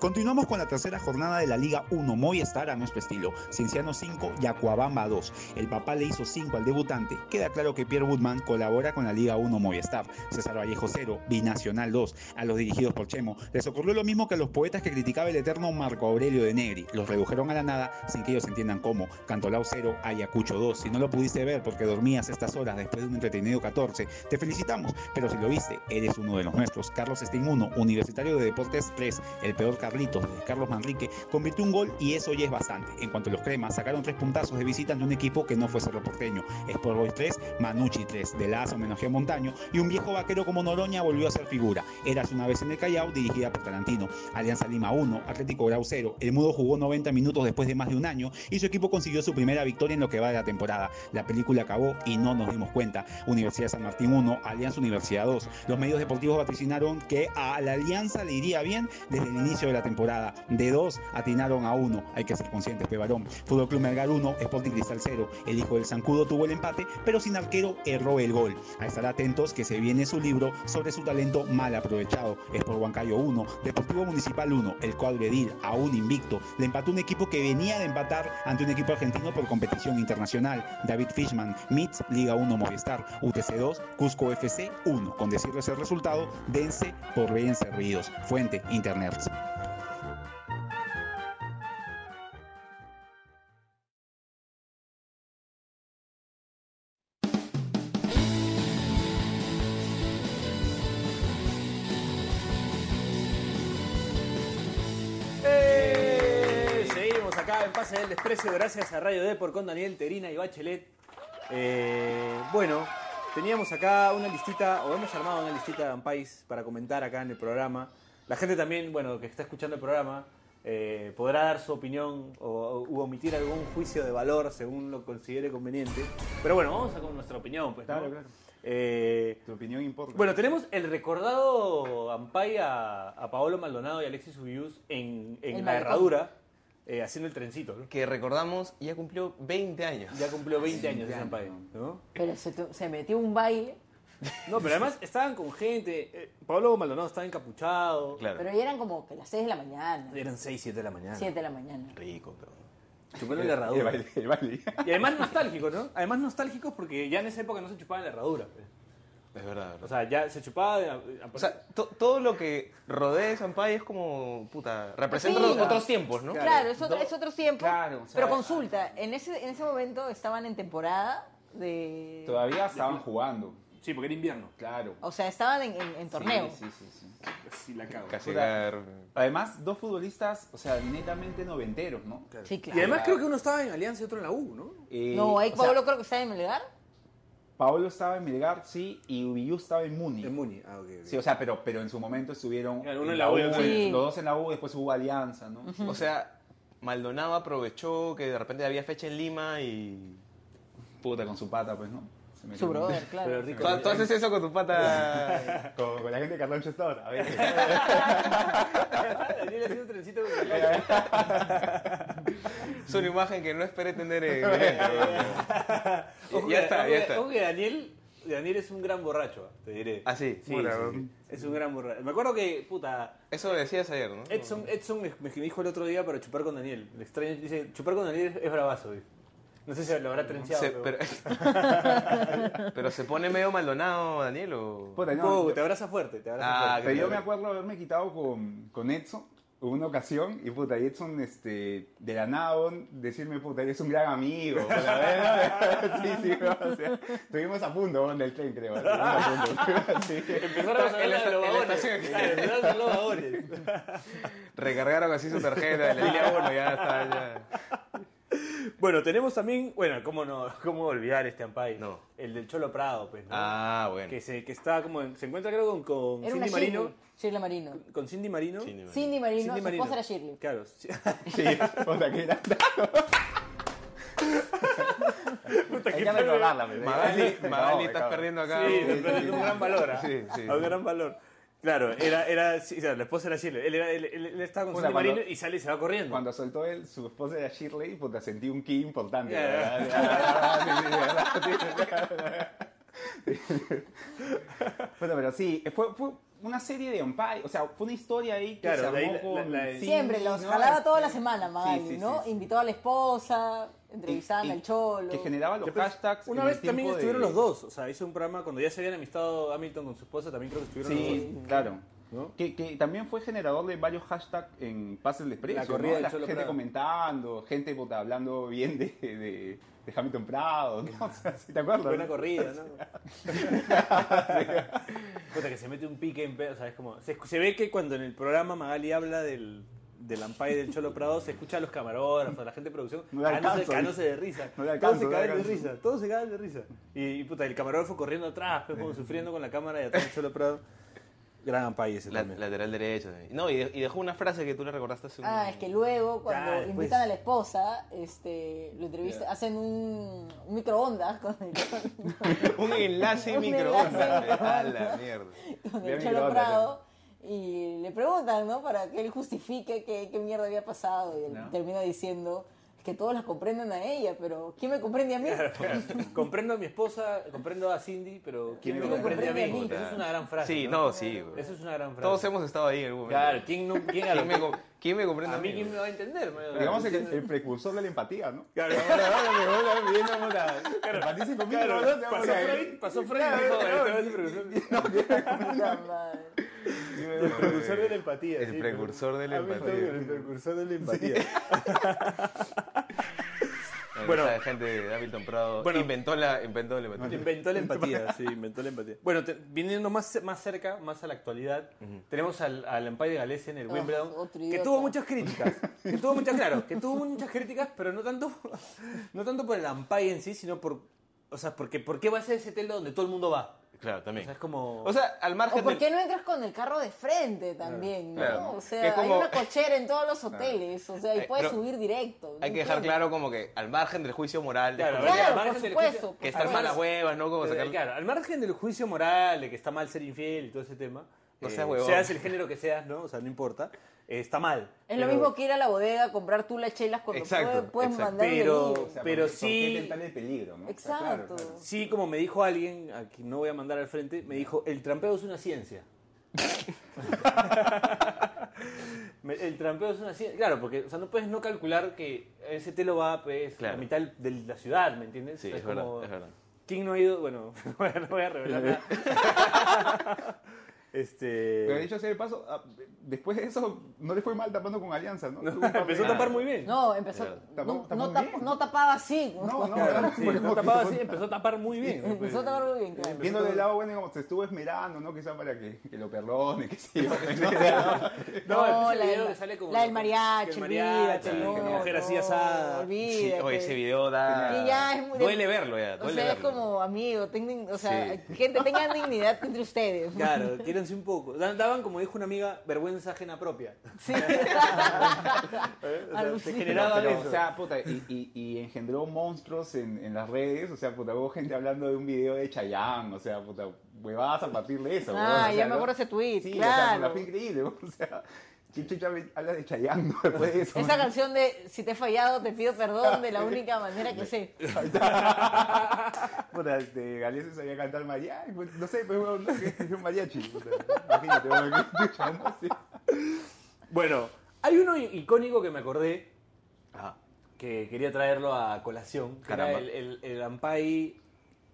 Speaker 7: Continuamos con la tercera jornada de la Liga 1, Movistar a nuestro estilo, Cienciano 5 y Acuabamba 2. El papá le hizo 5 al debutante. Queda claro que Pierre Woodman colabora con la Liga 1 Movistar, César Vallejo 0, Binacional 2. A los dirigidos por Chemo les ocurrió lo mismo que a los poetas que criticaba el eterno Marco Aurelio de Negri. Los redujeron a la nada sin que ellos entiendan cómo. Cantolao 0, Ayacucho 2. Si no lo pudiste ver porque dormías estas horas después de un entretenido 14, te felicitamos. Pero si lo viste, eres uno de los nuestros. Carlos Stein 1, Universitario de Deportes 3, el peor Carlitos de Carlos Manrique, convirtió un gol y eso ya es bastante. En cuanto a los cremas, sacaron tres puntazos de visita ante un equipo que no fue Cerro Porteño. Sport Boys 3, Manucci 3, De Lazo homenajeó a Montaño y un viejo vaquero como Noroña volvió a ser figura. Eras una vez en el Callao, dirigida por Tarantino. Alianza Lima 1, Atlético Grau 0. El Mudo jugó 90 minutos después de más de un año y su equipo consiguió su primera victoria en lo que va de la temporada. La película acabó y no nos dimos cuenta. Universidad San Martín 1, Alianza Universidad 2. Los medios deportivos vaticinaron que a la Alianza le iría bien desde el inicio de la temporada. De 2 atinaron a 1. Hay que ser conscientes, Pevarón. Fútbol este Club Melgar 1, Sporting Cristal 0. El hijo del Zancudo tuvo el empate, pero sin arquero erró el gol. A estar atentos que se viene su libro sobre su talento mal aprovechado. Sport Huancayo 1, Deportivo Municipal 1, el cuadro Edil aún invicto. Le empató un equipo que venía de empatar ante un equipo argentino por competición internacional. David Fishman, Mitz, Liga 1 Movistar, UTC 2, Cusco FC 1. Con decirles el resultado, dense por bien servidos. Fuente, Internet.
Speaker 2: ¡Eh! Seguimos acá en Pase del Desprecio, gracias a Radio Depor con Daniel Terina y Bachelet. Eh, bueno, teníamos acá una listita, o hemos armado una listita de Ampais para comentar acá en el programa. La gente también, bueno, que está escuchando el programa, eh, podrá dar su opinión o, u omitir algún juicio de valor según lo considere conveniente. Pero bueno, vamos a con nuestra opinión, pues. ¿no?
Speaker 5: Claro, claro.
Speaker 2: Eh,
Speaker 5: Tu opinión importa.
Speaker 2: bueno, tenemos el recordado Ampay a, a Paolo Maldonado y Alexis Ubius en, en
Speaker 4: El
Speaker 2: la
Speaker 4: malecón.
Speaker 2: herradura, eh, haciendo el trencito. ¿no?
Speaker 3: Que recordamos, ya cumplió 20 años.
Speaker 2: Ya cumplió 20 años ese Ampay, ¿no?
Speaker 4: Pero se, tu- se metió un baile,
Speaker 2: No, pero además estaban con gente. eh, Pablo Maldonado estaba encapuchado.
Speaker 3: Claro.
Speaker 4: pero ya eran como que las 6 de la mañana,
Speaker 2: Eran 6, 7 de la mañana.
Speaker 4: 7 de la mañana.
Speaker 3: Rico, pero.
Speaker 2: Chupando la
Speaker 5: el
Speaker 2: herradura.
Speaker 5: baile. El baile.
Speaker 2: [LAUGHS] Y además nostálgicos, ¿no? Además nostálgicos porque ya en esa época no se chupaban la herradura. pues.
Speaker 3: Es verdad, es
Speaker 2: O
Speaker 3: verdad.
Speaker 2: sea, ya se chupaba. de-
Speaker 3: O sea, to- todo lo que rodea de Sampaio es como, puta, representa
Speaker 4: Sí.
Speaker 3: otros- otros tiempos, ¿no?
Speaker 4: Claro, es, otro, es otro tiempo.
Speaker 5: Claro, o sea, ah.
Speaker 4: pero consulta, en ese, en ese momento estaban en temporada de...
Speaker 5: Todavía estaban jugando.
Speaker 2: sí, porque era invierno.
Speaker 5: Claro.
Speaker 2: Oh,
Speaker 4: O sea, estaban en, en- en torneo.
Speaker 5: Sí, sí, sí, sí.
Speaker 2: Sí, la cago.
Speaker 3: Casi
Speaker 5: Puta.
Speaker 3: gar-
Speaker 5: Además, dos futbolistas, o sea, netamente noventeros, ¿no?
Speaker 4: Sí,
Speaker 2: Y
Speaker 4: claro.
Speaker 2: además creo que uno estaba en Alianza y otro en la U, ¿no?
Speaker 5: Eh,
Speaker 4: No, ahí
Speaker 5: o sea,
Speaker 4: Pablo creo que estaba en Melgar.
Speaker 5: Paolo estaba en Melgar, sí, y Ubiú estaba en Muni.
Speaker 2: En Muni. Ah, ok. ok.
Speaker 5: Sí, o sea, pero, pero en su momento estuvieron
Speaker 2: Claro, uno en la U y otro
Speaker 4: en la U.
Speaker 5: los dos en la U, después hubo alianza, ¿no?
Speaker 3: O sea, Maldonado aprovechó que de repente había fecha en Lima y.
Speaker 5: Puta, con su pata, pues, ¿no? Se me
Speaker 4: Su
Speaker 5: quedó-
Speaker 4: brother,
Speaker 2: Pero
Speaker 4: claro.
Speaker 2: rico.
Speaker 3: Tú, tú haces eso con tu pata.
Speaker 5: [LAUGHS] Con, con la gente de Carloncho está ahora,
Speaker 2: [LAUGHS]
Speaker 5: a veces.
Speaker 2: Daniel haciendo trencito [LAUGHS] con el
Speaker 3: Es una imagen que no esperé tener
Speaker 2: [LAUGHS]
Speaker 3: en mente.
Speaker 2: Ojo
Speaker 3: ya
Speaker 2: que-
Speaker 3: está,
Speaker 2: ojo
Speaker 3: ya
Speaker 2: que-
Speaker 3: está.
Speaker 2: Ojo que Daniel, Daniel es un gran borracho, te diré.
Speaker 3: Así,
Speaker 2: Ah, Sí,
Speaker 3: puta,
Speaker 2: sí,
Speaker 3: weón.
Speaker 5: um,
Speaker 2: sí. Es un gran borracho. Me acuerdo que, puta,
Speaker 3: Eso decías ayer, ¿no?
Speaker 2: Edson, Edson me, me dijo el otro día para chupar con Daniel. Le extraño, dice, chupar con Daniel es, es bravazo, dice. No sé si lo habrá trenciado.
Speaker 3: Se-
Speaker 2: pero-
Speaker 3: pero,
Speaker 2: [LAUGHS]
Speaker 3: pero se pone medio Maldonado, Daniel, o.
Speaker 5: Puta, no,
Speaker 2: Puta,
Speaker 5: yo-
Speaker 2: te abraza fuerte, te abraza
Speaker 3: Ah,
Speaker 2: fuerte.
Speaker 5: Pero yo me acuerdo haberme quitado con, con Edson en una ocasión y puta, y Edson este, de la nada weón, decirme, puta, eres un gran amigo. puta, ¿verdad? [LAUGHS] sí, sí, weón, o sea, estuvimos a punto weón, del tren, creo. estuvimos a punto. [LAUGHS] Sí.
Speaker 2: Empezaron a
Speaker 3: En la
Speaker 2: hablar de los
Speaker 3: esta- en la
Speaker 2: vagones.
Speaker 3: estación.
Speaker 2: Claro, empezaron a hablar de los vagones.
Speaker 3: Recargaron así su tarjeta de la línea 1, ya está,
Speaker 2: [LAUGHS] [LAUGHS]
Speaker 3: ya.
Speaker 2: Bueno, tenemos también, bueno, cómo no, cómo olvidar este Ampay.
Speaker 3: No.
Speaker 2: El del Cholo Prado, pues, ¿no?
Speaker 3: Ah, bueno.
Speaker 2: Que se, que está como, en- se encuentra creo con, con
Speaker 4: Era una
Speaker 2: Cindy
Speaker 4: Shirley.
Speaker 2: Marino.
Speaker 4: Shirley Marino.
Speaker 2: Con Cindy Marino.
Speaker 3: Cindy Marino.
Speaker 4: Cindy Marino,
Speaker 2: Cindy
Speaker 4: su
Speaker 2: Marino.
Speaker 4: esposa era Shirley.
Speaker 2: Claro. [LAUGHS] sí.
Speaker 5: Sí, puta, que era. Hay que
Speaker 2: tal-
Speaker 5: recordarla, pero-
Speaker 3: Magali,
Speaker 5: Me acabo,
Speaker 3: Magali,
Speaker 5: me
Speaker 3: estás
Speaker 5: acabo.
Speaker 3: perdiendo acá.
Speaker 2: Sí,
Speaker 3: un-
Speaker 2: pero tiene un gran valor. ¿ah?
Speaker 3: Sí, sí.
Speaker 2: A un gran valor. Claro, era, era, sí, o sea, la esposa era Shirley. Él, era- él- él- él estaba con
Speaker 5: Puta,
Speaker 2: Cindy Marino
Speaker 5: cuando-
Speaker 2: y sale y se va corriendo.
Speaker 5: Cuando soltó él, su esposa era Shirley, puta, sentí un ki importante.
Speaker 2: Ya, ya.
Speaker 5: ¿verdad? Sí, sí, ¿verdad? Sí, ¿verdad? bueno, pero sí, fue, fue una serie de Empire, o sea, fue una historia ahí que
Speaker 2: Claro,
Speaker 5: se
Speaker 2: de ahí
Speaker 5: armó
Speaker 2: la-
Speaker 5: con...
Speaker 2: la- la-
Speaker 5: sí,
Speaker 4: Siempre los
Speaker 5: ¿no?
Speaker 4: jalaba toda la
Speaker 5: Este,
Speaker 4: semana, Magali,
Speaker 5: sí, sí,
Speaker 4: ¿no?
Speaker 5: sí, sí.
Speaker 4: Invitaba a la esposa, entrevistaban
Speaker 5: Y-
Speaker 4: al cholo.
Speaker 5: Que generaba los hashtags.
Speaker 2: Una
Speaker 5: en el
Speaker 2: vez también
Speaker 5: tiempo de-
Speaker 2: estuvieron los dos. O sea, hizo un programa cuando ya se habían amistado Hamilton con su esposa, también creo que estuvieron los dos.
Speaker 5: Sí, claro.
Speaker 2: ¿No?
Speaker 5: Que, que también fue generador de varios hashtags en Pases del Precio.
Speaker 2: La corrida del Cholo
Speaker 5: gente
Speaker 2: Prado.
Speaker 5: comentando, gente puta, hablando bien de, de, de Hamilton Prado. ¿no? [LAUGHS] O sea, ¿sí ¿Te acuerdas?
Speaker 2: Buena corrida, ¿no? [LAUGHS] Puta, que se mete un pique en pe- o sea, es como. Se, escu- se ve que cuando en el programa Magali habla del, del Ampay del Cholo Prado, se escucha a los camarógrafos, a la gente de producción,
Speaker 5: No le
Speaker 2: cagándose
Speaker 5: alcanzo, ¿eh?
Speaker 2: cagándose de risa.
Speaker 5: No le
Speaker 2: todos se
Speaker 5: alcanzo, no le
Speaker 2: cagan de
Speaker 5: alcanzo.
Speaker 2: risa, todos se cagan de risa. Y, y, puta, el camarógrafo corriendo atrás, pues, como sufriendo con la cámara y atrás el Cholo Prado. Gran Ampay ese
Speaker 3: La-
Speaker 2: también.
Speaker 3: lateral derecho. también. No, y, de- y dejó una frase que tú le recordaste hace un...
Speaker 4: Ah, es que luego cuando
Speaker 2: Ya, después.
Speaker 4: invitan a la esposa, este, lo entrevistan,
Speaker 5: Ya.
Speaker 4: hacen un un microondas con el,
Speaker 3: [LAUGHS]
Speaker 4: [LAUGHS]
Speaker 5: [LAUGHS]
Speaker 3: un enlace
Speaker 4: Un enlace
Speaker 3: microondas.
Speaker 4: microondas.
Speaker 3: A la
Speaker 4: [LAUGHS]
Speaker 3: mierda.
Speaker 4: con
Speaker 5: Bien
Speaker 4: el Cholo
Speaker 5: microondas,
Speaker 4: Prado y le preguntan, ¿no? Para que él justifique qué, qué mierda había pasado y él
Speaker 5: ¿No?
Speaker 4: termina diciendo "Es que todos la comprenden a ella, pero ¿quién me comprende a mí? [LAUGHS]
Speaker 2: comprendo a mi esposa, comprendo a Cindy, pero ¿quién me
Speaker 5: ¿Quién
Speaker 2: comprende a mí?
Speaker 4: comprende
Speaker 3: a mí?
Speaker 2: Esa es una gran frase.
Speaker 3: Sí, no, sí, güey.
Speaker 2: Eso es una gran frase.
Speaker 3: Todos hemos estado ahí en algún momento.
Speaker 2: Claro, ¿quién, no, quién, a
Speaker 3: ¿Quién me,
Speaker 2: lo-
Speaker 3: co- quién me comprende
Speaker 2: a mí quién me va a entender? [LAUGHS]
Speaker 5: Digamos el, el precursor de la empatía, ¿no?
Speaker 2: Claro,
Speaker 5: Empaticen conmigo,
Speaker 2: claro,
Speaker 5: ¿no? Se
Speaker 2: pasó
Speaker 5: llama la-
Speaker 2: Freud, pasó Freud. dijo, "Estaba el [LAUGHS] precursor-
Speaker 4: Puta madre.
Speaker 2: El precursor de la empatía.
Speaker 3: El
Speaker 2: sí,
Speaker 3: precursor de la
Speaker 2: Hamilton,
Speaker 3: empatía.
Speaker 2: El precursor de la empatía. Bueno.
Speaker 3: Bueno, la Eh, gente de Hamilton Prado
Speaker 2: Bueno.
Speaker 3: inventó la inventó la
Speaker 2: [LAUGHS]
Speaker 3: empatía.
Speaker 2: Inventó la empatía, sí, inventó la empatía. Bueno, te- viniendo más, más cerca, más a la actualidad, tenemos al, al Empire de Gales en el
Speaker 4: Ah,
Speaker 2: Wimbledon,
Speaker 4: otro
Speaker 2: que
Speaker 4: idiota.
Speaker 2: tuvo muchas críticas, que tuvo muchas, claro, que
Speaker 4: [LAUGHS]
Speaker 2: tuvo muchas críticas, pero no tanto, no tanto por el Empire en sí, sino por, o sea, porque, ¿por qué va a ser ese telo donde todo el mundo va?
Speaker 3: Claro,
Speaker 2: O sea,
Speaker 3: también.
Speaker 2: es como...
Speaker 3: O sea, al margen
Speaker 4: O por
Speaker 3: del-
Speaker 4: qué no entras con el carro de frente también,
Speaker 3: Claro,
Speaker 4: ¿no?
Speaker 3: claro.
Speaker 4: O
Speaker 3: Es
Speaker 4: sea,
Speaker 3: como-
Speaker 4: hay una cochera
Speaker 3: [LAUGHS]
Speaker 4: en todos los hoteles, o sea, y
Speaker 3: Eh,
Speaker 4: puedes
Speaker 3: pero
Speaker 4: subir directo.
Speaker 3: hay
Speaker 4: no
Speaker 3: que dejar
Speaker 4: entiendo.
Speaker 3: claro como que al margen del juicio moral, de
Speaker 2: Claro,
Speaker 3: como
Speaker 2: al
Speaker 3: que-
Speaker 2: margen
Speaker 4: Claro, por
Speaker 2: del
Speaker 4: supuesto.
Speaker 2: juicio-
Speaker 4: por
Speaker 3: que estar
Speaker 4: supuesto.
Speaker 3: malas huevas, ¿no? Como
Speaker 2: Pero,
Speaker 3: sacar...
Speaker 2: Claro, al margen del juicio moral, de que está mal ser infiel y todo ese tema,
Speaker 3: No
Speaker 2: eh,
Speaker 3: seas huevón.
Speaker 2: seas el género que seas, ¿no? O sea, no importa, eh, está mal.
Speaker 4: Es lo
Speaker 2: Pero-
Speaker 4: mismo que ir a la bodega a comprar tú las chelas cuando
Speaker 3: Exacto,
Speaker 4: puedes, puedes
Speaker 3: exacto.
Speaker 4: mandar un
Speaker 2: Pero-
Speaker 4: delivery.
Speaker 5: O sea,
Speaker 2: Pero
Speaker 5: ¿por qué- por qué
Speaker 2: sí-
Speaker 5: tentar el peligro, ¿no? O sea, claro,
Speaker 4: Exacto.
Speaker 5: claro.
Speaker 2: Sí, como me dijo alguien, a quien no voy a mandar al frente, me dijo, el trampeo es una ciencia. [LAUGHS] Me- el trampeo es una ciencia. Claro, porque o sea, no puedes no calcular que ese telo va pues, a
Speaker 3: Claro.
Speaker 2: la mitad de la ciudad, ¿me entiendes?
Speaker 3: Sí,
Speaker 2: O sea,
Speaker 3: es verdad,
Speaker 2: como-
Speaker 3: es verdad.
Speaker 2: ¿Quién no ha ido? Bueno, [LAUGHS] no voy a revelar nada. este...
Speaker 5: Pero dicho sea de paso, ah, después de eso no le fue mal tapando con Alianza, ¿no? Tuvo un par de-
Speaker 2: Empezó a tapar muy bien.
Speaker 4: No, empezó.
Speaker 3: Claro.
Speaker 4: No,
Speaker 5: Tapó- tapó
Speaker 4: no
Speaker 5: muy
Speaker 4: tap-
Speaker 5: bien.
Speaker 4: no tapaba así. ¿no? [LAUGHS]
Speaker 5: No, no,
Speaker 2: Claro,
Speaker 5: no, [LAUGHS]
Speaker 2: sí,
Speaker 5: porque-
Speaker 2: no pues. tapaba así, empezó a tapar muy bien. ¿no?
Speaker 4: empezó a tapar muy bien, claro.
Speaker 5: Viéndole el lado bueno, como se estuvo esmerando, ¿no? Quizá para que, que lo perdone, que [LAUGHS] se
Speaker 2: No,
Speaker 4: No,
Speaker 2: el
Speaker 4: la
Speaker 2: video
Speaker 4: del-
Speaker 2: que sale como-
Speaker 4: la del mariachi,
Speaker 2: que el mariachi,
Speaker 4: olvídate,
Speaker 2: que
Speaker 4: no,
Speaker 2: la mujer así
Speaker 4: no,
Speaker 2: asada.
Speaker 3: Sí,
Speaker 4: olvídate.
Speaker 3: oye, ese video da...
Speaker 4: Que ya es muy-
Speaker 3: Duele verlo ya,
Speaker 4: O
Speaker 3: duele
Speaker 4: sea, es
Speaker 3: verlo.
Speaker 4: como amigo, tengan- o sea,
Speaker 3: Sí.
Speaker 4: gente tengan dignidad entre ustedes.
Speaker 2: Claro, quiéranse un poco. Da- Daban, como dijo una amiga, vergüenza ajena propia.
Speaker 3: [LAUGHS]
Speaker 4: Sí.
Speaker 3: Eh,
Speaker 4: [LAUGHS]
Speaker 2: Se
Speaker 4: Alucina.
Speaker 2: generaba
Speaker 5: Pero,
Speaker 2: eso.
Speaker 5: O sea, puta, y, y- y engendró monstruos en, en las redes. O sea, puta, hubo gente hablando de un video de Chayanne. O sea, puta, huevadas a partir de eso.
Speaker 4: Ah,
Speaker 5: huevón, o
Speaker 4: ya
Speaker 5: sea,
Speaker 4: me
Speaker 5: ¿no?
Speaker 4: acuerdo ese tweet,
Speaker 5: Sí, o sea,
Speaker 4: claro.
Speaker 5: puta, fue increíble. [LAUGHS] huevón, O sea, Chichucha me- habla de Chayanne ¿no? después de eso.
Speaker 4: Esa canción de Si te he fallado, te pido perdón, de la única manera
Speaker 3: [LAUGHS]
Speaker 4: que sé.
Speaker 5: Puta, este, Galeazzi sabía cantar mariachi. pues, No sé, pues, huevón, no, que es un mariachi. puta, Imagínate, huevón, [LAUGHS] que chucha, no sé.
Speaker 2: Bueno, hay uno i- icónico que me acordé
Speaker 3: Ajá.
Speaker 2: que quería traerlo a colación. Que era
Speaker 3: Caramba.
Speaker 2: el, el, el Ampay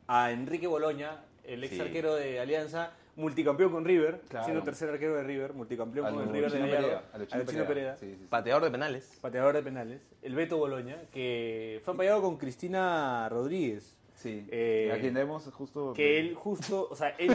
Speaker 2: a Enrique Boloña, el ex
Speaker 3: Sí.
Speaker 2: arquero de Alianza, multicampeón con River,
Speaker 5: Claro.
Speaker 2: siendo tercer arquero de River, multicampeón
Speaker 5: A
Speaker 2: con
Speaker 5: lo
Speaker 2: el River de
Speaker 5: Chino
Speaker 2: Gallardo,
Speaker 5: Perea, a lo
Speaker 2: a lo Chino Perea.
Speaker 5: Sí, sí, sí.
Speaker 3: Pateador de penales.
Speaker 2: Pateador de penales, el Beto Boloña, que fue ampallado con Cristina Rodríguez.
Speaker 5: Sí,
Speaker 2: Eh,
Speaker 5: a quien vemos justo...
Speaker 2: que él justo, o sea, él,